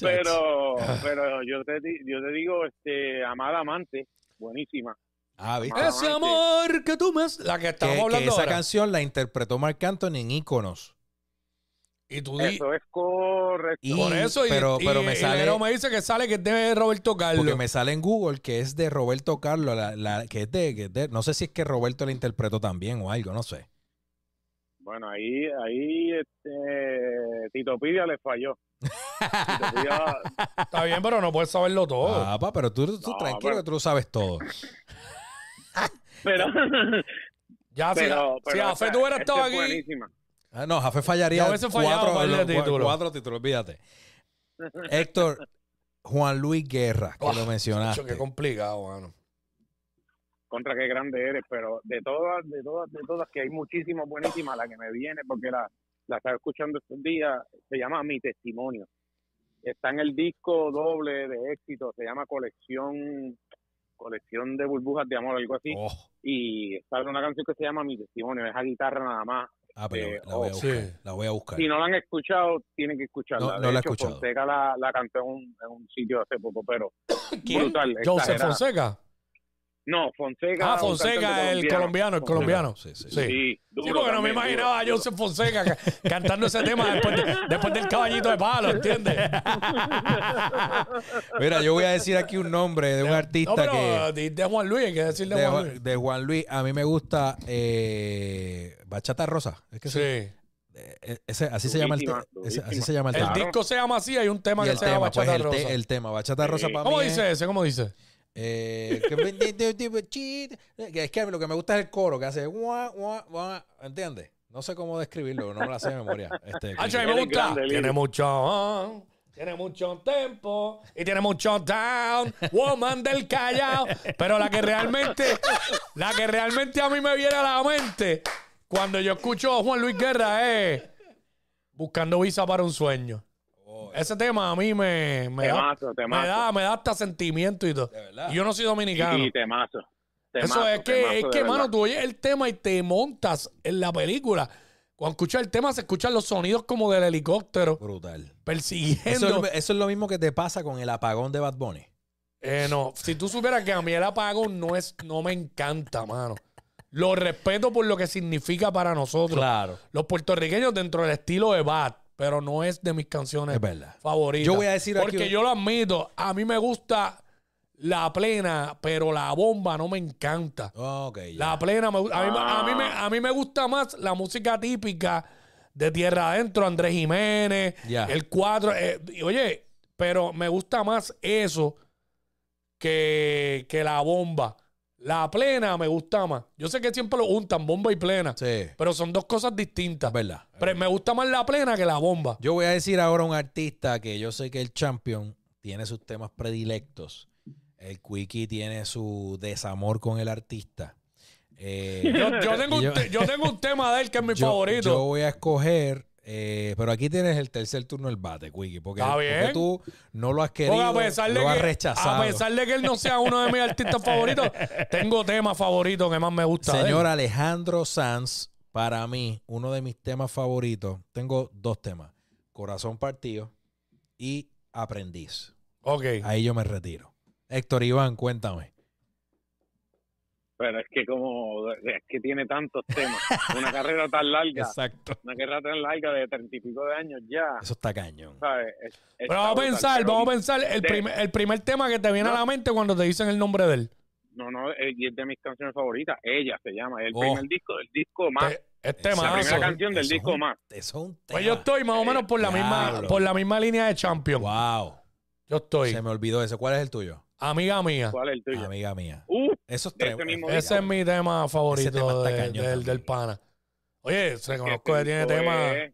Speaker 5: Pero, pero yo te, di- yo te digo, este, amada amante, buenísima.
Speaker 2: Ah, ¿viste?
Speaker 4: Ah,
Speaker 1: Ese
Speaker 4: sí.
Speaker 1: amor que tú me has... La que
Speaker 2: Que,
Speaker 1: estamos
Speaker 2: que
Speaker 1: hablando
Speaker 2: esa
Speaker 1: ahora.
Speaker 2: canción la interpretó Marc Anthony en Íconos.
Speaker 1: Y tú di...
Speaker 5: Eso es correcto.
Speaker 2: Y-
Speaker 1: Por eso, y,
Speaker 2: pero-
Speaker 1: y-
Speaker 2: pero me
Speaker 1: y
Speaker 2: sale-
Speaker 1: Lero me dice que sale que es de Roberto Carlos.
Speaker 2: Porque me sale en Google que es de Roberto Carlos, la- la- que, es de, que es de- No sé si es que Roberto la interpretó también o algo, no sé.
Speaker 5: Bueno, ahí, ahí este, Tito Pidia le falló. Tito Pidia-
Speaker 1: Está bien, pero no puedes saberlo todo.
Speaker 2: Ah, pa, pero tú, tú
Speaker 5: No,
Speaker 2: tranquilo
Speaker 5: pero-
Speaker 2: que tú lo sabes todo.
Speaker 5: pero,
Speaker 1: ya, si-
Speaker 5: pero,
Speaker 1: si
Speaker 5: pero
Speaker 1: Afe
Speaker 5: esta-
Speaker 1: tú hubieras
Speaker 5: esta
Speaker 1: estado
Speaker 5: es
Speaker 1: aquí...
Speaker 5: buenísima.
Speaker 2: Ah, no, Jafe
Speaker 1: Ya
Speaker 2: fallaría
Speaker 1: a veces fallaba
Speaker 2: cuatro,
Speaker 1: un par de
Speaker 2: los- cua-
Speaker 1: títulos.
Speaker 2: cuatro títulos, olvídate. Héctor, Juan Luis Guerra, que
Speaker 1: Ah,
Speaker 2: lo
Speaker 1: Chacho,
Speaker 2: mencionaste.
Speaker 1: Qué complicado, mano.
Speaker 5: Contra qué grande eres, pero de todas, de todas, de todas, que hay muchísimas buenísimas, la que me viene, porque la, la estaba escuchando estos días, se llama Mi Testimonio. Está en el disco doble de éxito, se llama Colección, Colección de Burbujas de Amor, algo así.
Speaker 2: Oh,
Speaker 5: Y sale una canción que se llama Mi Testimonio, es a guitarra nada más.
Speaker 2: ah, pero
Speaker 5: Eh,
Speaker 2: la voy a
Speaker 5: oh,
Speaker 2: buscar.
Speaker 1: sí.
Speaker 2: La voy a buscar.
Speaker 5: Si no la han escuchado, tienen que escucharla.
Speaker 2: No,
Speaker 5: De
Speaker 2: no la he
Speaker 5: hecho,
Speaker 2: escuchado.
Speaker 5: Fonseca la, la cantó en un, en un sitio hace poco, pero
Speaker 1: ¿Quién?
Speaker 5: brutal.
Speaker 1: Joseph
Speaker 5: exagerada.
Speaker 1: Fonseca.
Speaker 5: No, Fonseca.
Speaker 1: Ah,
Speaker 5: un
Speaker 1: Fonseca,
Speaker 5: cantante
Speaker 1: el colombiano, el colombiano.
Speaker 2: Sí, sí.
Speaker 1: Sí.
Speaker 5: Sí,
Speaker 1: Sí,
Speaker 5: duro
Speaker 1: porque no me
Speaker 5: también, duro,
Speaker 1: imaginaba a
Speaker 5: duro.
Speaker 1: Joseph Fonseca ca- cantando ese tema después, de- después del caballito de palo, ¿entiendes?
Speaker 2: Mira, yo voy a decir aquí un nombre de un
Speaker 1: No,
Speaker 2: artista
Speaker 1: pero
Speaker 2: que.
Speaker 1: di- de Juan Luis, hay que decirle
Speaker 2: De,
Speaker 1: Juan
Speaker 2: Ju-
Speaker 1: Luis.
Speaker 2: de Juan Luis, a mí me gusta eh, Bachata Rosa. Es que se-
Speaker 1: Sí.
Speaker 2: eh, ese- así, se llama el te-
Speaker 5: Durísima,
Speaker 2: ese- así
Speaker 5: durísima.
Speaker 2: se llama el
Speaker 1: El
Speaker 2: tema.
Speaker 5: Claro.
Speaker 1: disco se llama así, hay un tema
Speaker 2: Y
Speaker 1: que
Speaker 2: el
Speaker 1: se llama
Speaker 2: tema, pues,
Speaker 1: Bachata
Speaker 2: el, te-
Speaker 1: Rosa.
Speaker 2: el tema, Bachata Rosa
Speaker 5: Sí.
Speaker 2: para
Speaker 1: ¿Cómo
Speaker 2: mí.
Speaker 1: dice
Speaker 2: es,
Speaker 1: ese? ¿Cómo dice?
Speaker 2: eh, que- es que lo que me gusta es el coro que hace. guá, guá, guá, ¿Entiendes? No sé cómo describirlo, no me la sé de memoria. Este,
Speaker 1: Ah,
Speaker 2: que-
Speaker 1: a mí me
Speaker 5: Eres
Speaker 1: gusta.
Speaker 5: grande, Lili.
Speaker 1: Tiene mucho. Tiene mucho tempo y tiene mucho down, woman del callao. Pero la que realmente, la que realmente a mí me viene a la mente cuando yo escucho a Juan Luis Guerra es Buscando Visa para un Sueño. Ese tema a mí me, me, da,
Speaker 5: Oh, Temazo, temazo.
Speaker 1: me, da, me da hasta sentimiento y todo.
Speaker 2: De verdad.
Speaker 1: Y yo no soy dominicano.
Speaker 5: Sí, temazo.
Speaker 1: Eso
Speaker 5: Temazo,
Speaker 1: es que,
Speaker 5: temazo,
Speaker 1: es
Speaker 5: de
Speaker 1: que
Speaker 5: verdad.
Speaker 1: mano, tú oyes el tema y te montas en la película. Cuando escuchas el tema, se escuchan los sonidos como del helicóptero
Speaker 2: Brutal. Eso es,
Speaker 1: persiguiendo.
Speaker 2: lo- eso es lo mismo que te pasa con el apagón de Bad Bunny.
Speaker 1: Eh, no, si tú supieras que a mí el apagón no, es, no me encanta, mano. Lo respeto por lo que significa para nosotros.
Speaker 2: Claro.
Speaker 1: Los puertorriqueños dentro del estilo de Bad, pero no es de mis canciones
Speaker 2: Es verdad.
Speaker 1: favoritas.
Speaker 2: Yo voy a decir aquí
Speaker 1: Porque
Speaker 2: un-
Speaker 1: yo lo admito, a mí me gusta la plena, pero la bomba no me encanta.
Speaker 2: Ok. ya.
Speaker 1: La plena, me gu- a, mí, a, mí me,
Speaker 2: Ah.
Speaker 1: a mí me gusta más la música típica de Tierra Adentro, Andrés Jiménez,
Speaker 2: Ya.
Speaker 1: el 4. oye, pero me gusta más eso que, que la bomba. La plena me gusta más. Yo sé que siempre lo juntan, bomba y plena,
Speaker 2: Sí, es
Speaker 1: pero son dos cosas distintas.
Speaker 2: verdad.
Speaker 1: Pero me gusta más la plena que la bomba.
Speaker 2: Yo voy a decir ahora un artista que yo sé que el Champion tiene sus temas predilectos. El Quickie tiene su desamor con el artista. Eh,
Speaker 1: Yo, yo tengo
Speaker 2: yo-
Speaker 1: un te- yo tengo un tema de él que es mi
Speaker 2: yo-
Speaker 1: favorito.
Speaker 2: Yo voy a escoger, eh, pero aquí tienes el tercer turno el bate, Quickie, porque,
Speaker 1: Está
Speaker 2: porque
Speaker 1: bien.
Speaker 2: tú no lo has querido,
Speaker 1: Porque a pesar, de
Speaker 2: lo has
Speaker 1: que,
Speaker 2: rechazado.
Speaker 1: a pesar de que él no sea uno de mis artistas favoritos, tengo temas favoritos que más me gustan. de él.
Speaker 2: Señor Alejandro Sanz, para mí, uno de mis temas favoritos. Tengo dos temas: Corazón Partido y Aprendiz.
Speaker 1: Ok.
Speaker 2: Ahí yo me retiro. Héctor Iván, cuéntame.
Speaker 5: Pero es que como, es que tiene tantos temas. Una carrera tan larga,
Speaker 2: Exacto.
Speaker 5: una carrera tan larga de treinta y pico de años ya.
Speaker 2: Eso está cañón.
Speaker 5: ¿sabes? Es- está
Speaker 1: Pero vamos a
Speaker 5: brutal,
Speaker 1: pensar,
Speaker 5: pero-
Speaker 1: vamos a pensar el,
Speaker 5: de-
Speaker 1: primer, el primer tema que te viene a
Speaker 5: No.
Speaker 1: la mente cuando te dicen el nombre de él.
Speaker 5: No, no, es y es de mis canciones favoritas. Ella se llama, es el
Speaker 2: Oh.
Speaker 5: primer disco, el disco más.
Speaker 1: Te- Es
Speaker 5: la
Speaker 1: temazo.
Speaker 5: primera canción
Speaker 2: Eso
Speaker 5: del
Speaker 2: es
Speaker 5: disco
Speaker 2: un-
Speaker 5: más.
Speaker 2: Eso es un tema.
Speaker 1: Pues yo estoy más o menos por la misma,
Speaker 2: Diablo.
Speaker 1: por la misma línea de Champion.
Speaker 2: Wow.
Speaker 1: Yo estoy.
Speaker 2: Se me olvidó ese. ¿Cuál es el tuyo?
Speaker 1: Amiga mía.
Speaker 5: ¿Cuál es el
Speaker 1: Ah,
Speaker 5: tuyo?
Speaker 2: Amiga mía.
Speaker 5: Uh,
Speaker 2: Eso es
Speaker 5: de
Speaker 2: tre-
Speaker 5: ese mismo
Speaker 1: Ese es mi tema favorito
Speaker 2: tema está
Speaker 1: de-
Speaker 2: cañón
Speaker 1: del-
Speaker 2: también.
Speaker 1: del pana. Oye, se
Speaker 5: este
Speaker 1: conozco que tiene
Speaker 5: disco
Speaker 1: tema.
Speaker 5: es-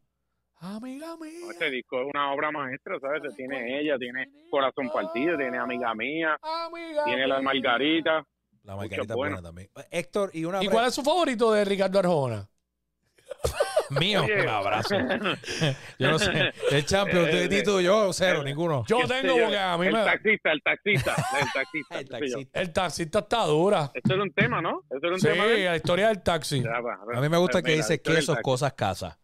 Speaker 1: Amiga
Speaker 5: no,
Speaker 1: mía.
Speaker 5: este disco es una obra maestra, ¿sabes? Se Tiene ella, tiene Corazón Partido, tiene Amiga Mía,
Speaker 1: Amiga
Speaker 5: tiene La
Speaker 1: mía.
Speaker 5: Margarita.
Speaker 2: La margarita
Speaker 5: Mucho
Speaker 2: es buena
Speaker 5: bueno.
Speaker 2: también. Eh, Héctor, y una.
Speaker 1: ¿Y cuál es su favorito de Ricardo Arjona?
Speaker 2: Mío.
Speaker 5: Oye.
Speaker 2: Un abrazo. yo no sé. El Champion,
Speaker 5: Eh,
Speaker 2: de tú, yo, cero, ninguno.
Speaker 1: Yo
Speaker 5: qué sé
Speaker 1: tengo
Speaker 5: yo,
Speaker 1: porque a mí
Speaker 5: el
Speaker 1: me.
Speaker 5: taxista, el taxista, el taxista.
Speaker 2: El
Speaker 5: qué sé yo.
Speaker 2: taxista.
Speaker 1: El taxista está dura.
Speaker 5: Esto era un tema, ¿no? Esto era un
Speaker 1: Sí,
Speaker 5: tema de...
Speaker 1: la historia del taxi.
Speaker 5: Ya va,
Speaker 2: A mí me gusta que
Speaker 5: mira,
Speaker 2: dice
Speaker 5: esto era el
Speaker 2: quesos,
Speaker 5: taxi.
Speaker 2: cosas, casa.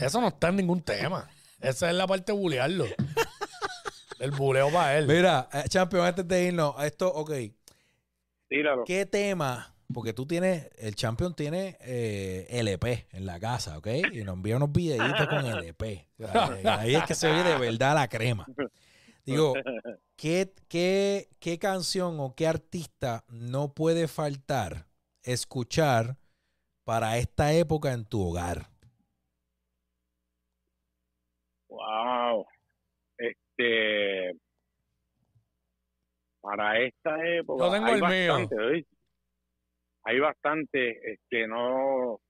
Speaker 1: Eso no está en ningún tema. Esa es la parte de bulearlo. El buleo para él.
Speaker 2: Mira, eh, Champion, antes de irnos, esto, ok.
Speaker 5: Tíralo.
Speaker 2: ¿Qué tema? Porque tú tienes, el champion tiene eh, LP en la casa, ¿ok? Y nos envía unos videitos con E LP. eh, Ahí es que se ve de verdad la crema. Digo, ¿qué, qué, qué canción o qué artista no puede faltar escuchar para esta época en tu hogar?
Speaker 5: Wow. Este. Para esta época.
Speaker 1: Yo tengo
Speaker 5: hay
Speaker 1: el mío.
Speaker 5: bastante, ¿oíste? Hay bastante. Este, no.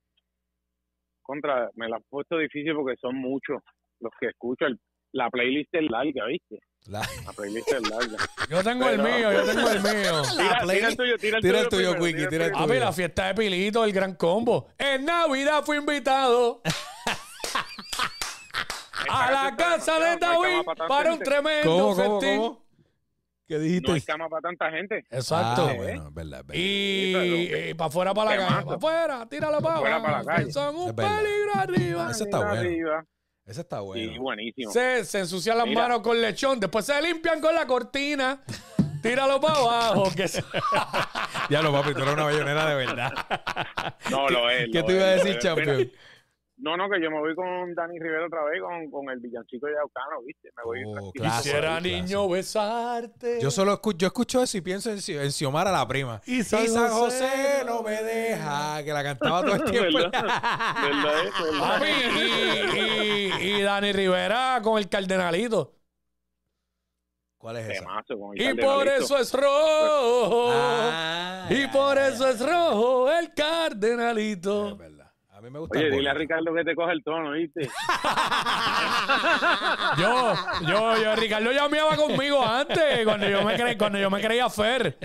Speaker 5: Contra. Me la has puesto difícil porque son muchos los que escucho. El- la playlist es larga, ¿viste?
Speaker 2: La-
Speaker 5: La playlist es larga.
Speaker 1: Yo tengo el
Speaker 5: Pero-
Speaker 1: mío, yo tengo el mío.
Speaker 5: Tira, tira el tuyo, tira el
Speaker 2: Tira el tuyo,
Speaker 5: tuyo. primero,
Speaker 2: Quickie, tira el tuyo.
Speaker 1: Papi, la fiesta de Pilito, el gran combo. En Navidad fui invitado a la casa de David para un tremendo
Speaker 2: ¿Cómo, cómo,
Speaker 1: festín.
Speaker 2: cómo? ¿Qué
Speaker 5: No hay
Speaker 2: dijiste?
Speaker 5: cama para tanta gente.
Speaker 1: Exacto.
Speaker 2: Ah, bueno, es verdad, es verdad.
Speaker 1: Y,
Speaker 5: Sí, claro.
Speaker 1: para afuera, para la calle.
Speaker 5: Temazo.
Speaker 1: Para afuera, tíralo para
Speaker 5: Fuera, para la
Speaker 1: abajo.
Speaker 5: calle.
Speaker 1: Son un
Speaker 2: Es verdad.
Speaker 1: peligro arriba.
Speaker 2: Ese está bueno.
Speaker 5: Arriba.
Speaker 2: Ese está bueno.
Speaker 5: Y buenísimo.
Speaker 1: Se, se ensucian las
Speaker 5: Mira.
Speaker 1: manos con lechón, después se limpian con la cortina. Tíralo para abajo. Que se-
Speaker 2: Ya lo papi, tú eres una bellonera de verdad.
Speaker 5: No, lo es.
Speaker 2: ¿Qué
Speaker 5: lo
Speaker 2: te
Speaker 5: es,
Speaker 2: iba a
Speaker 5: lo
Speaker 2: decir,
Speaker 5: es.
Speaker 2: champion?
Speaker 5: Mira, No, no, que yo me voy con Dani Rivera otra vez, con, con el villancico de Aucano, ¿viste? Me voy.
Speaker 2: Oh,
Speaker 5: tranquilo.
Speaker 2: claro.
Speaker 1: Quisiera
Speaker 2: claro.
Speaker 1: niño besarte.
Speaker 2: Yo solo escucho, yo escucho eso y pienso en, Si- en Xiomara, la prima.
Speaker 1: Y San
Speaker 2: José,
Speaker 1: José
Speaker 2: no me deja, que la cantaba todo el tiempo.
Speaker 5: ¿Verdad? ¿Verdad
Speaker 2: Ah,
Speaker 5: es? ¿Verdad?
Speaker 1: Papi, y, y- y Dani Rivera con el cardenalito.
Speaker 2: ¿Cuál es ah, esa?
Speaker 5: Temazo con el
Speaker 1: Y
Speaker 5: Cardenalito.
Speaker 1: por eso es rojo.
Speaker 2: Ah,
Speaker 1: y
Speaker 2: ya,
Speaker 1: por
Speaker 2: ya,
Speaker 1: eso
Speaker 2: ya.
Speaker 1: es rojo el
Speaker 2: Es
Speaker 1: cardenalito.
Speaker 2: verdad. A mí me gusta.
Speaker 5: Oye,
Speaker 2: el
Speaker 5: dile a
Speaker 2: bolero.
Speaker 5: Ricardo que te coge el tono, ¿viste?
Speaker 1: Yo, yo, yo, Ricardo llameaba conmigo antes, cuando yo me, cre- cuando yo me creía Fer.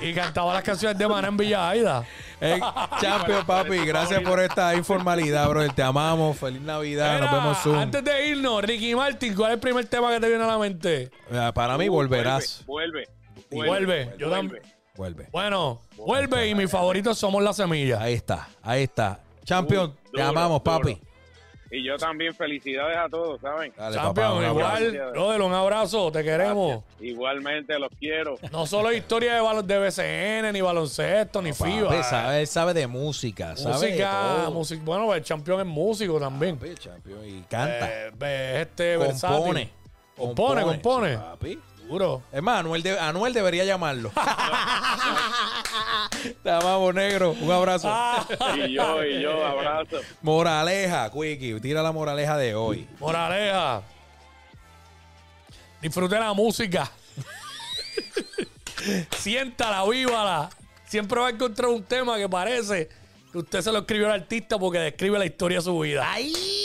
Speaker 1: Y cantaba las canciones de Maná en Villa Aida.
Speaker 2: Ey, Eh, champion, papi, gracias por esta informalidad, brother. Te amamos. Feliz Navidad. Nos
Speaker 1: Era,
Speaker 2: vemos soon.
Speaker 1: Antes de irnos, Ricky Martin, ¿cuál es el primer tema que te viene a la mente?
Speaker 2: Ah, Para
Speaker 5: Uh,
Speaker 2: mí, volverás.
Speaker 5: Vuelve.
Speaker 1: Vuelve, yo
Speaker 5: vuelve.
Speaker 1: también.
Speaker 2: Vuelve.
Speaker 1: Bueno, vuelve y mis favoritos somos la semilla.
Speaker 2: Ahí está, ahí está. Champion,
Speaker 5: Uh,
Speaker 2: te
Speaker 5: duro,
Speaker 2: amamos,
Speaker 5: duro.
Speaker 2: papi.
Speaker 5: Y yo también, felicidades a todos, ¿saben?
Speaker 2: Dale,
Speaker 1: Champion,
Speaker 2: un abrazo.
Speaker 1: igual, brother, un abrazo, te queremos.
Speaker 5: Igualmente, los quiero.
Speaker 1: No solo historia de, balon- de BCN, ni baloncesto, ni
Speaker 2: Papi,
Speaker 1: FIBA.
Speaker 2: sabe, él sabe de música, sabe de
Speaker 1: música,
Speaker 2: todo.
Speaker 1: música- bueno, el campeón es músico también.
Speaker 2: Papi, champion, y canta.
Speaker 1: Eh, ve- es este
Speaker 2: compone.
Speaker 1: versátil. Compone, compone.
Speaker 2: Papi.
Speaker 1: Duro.
Speaker 2: Es más, Anuel, de- Anuel debería llamarlo. te amamos, negro. Un abrazo.
Speaker 1: Ah.
Speaker 5: Y yo, y yo, abrazo.
Speaker 2: Moraleja, Quickie. Tira la moraleja de hoy.
Speaker 1: Moraleja. Disfrute la música. Siéntala, vívala. Siempre va a encontrar un tema que parece que usted se lo escribió al artista porque describe la historia de su vida. ¡Ah! ¡Ay!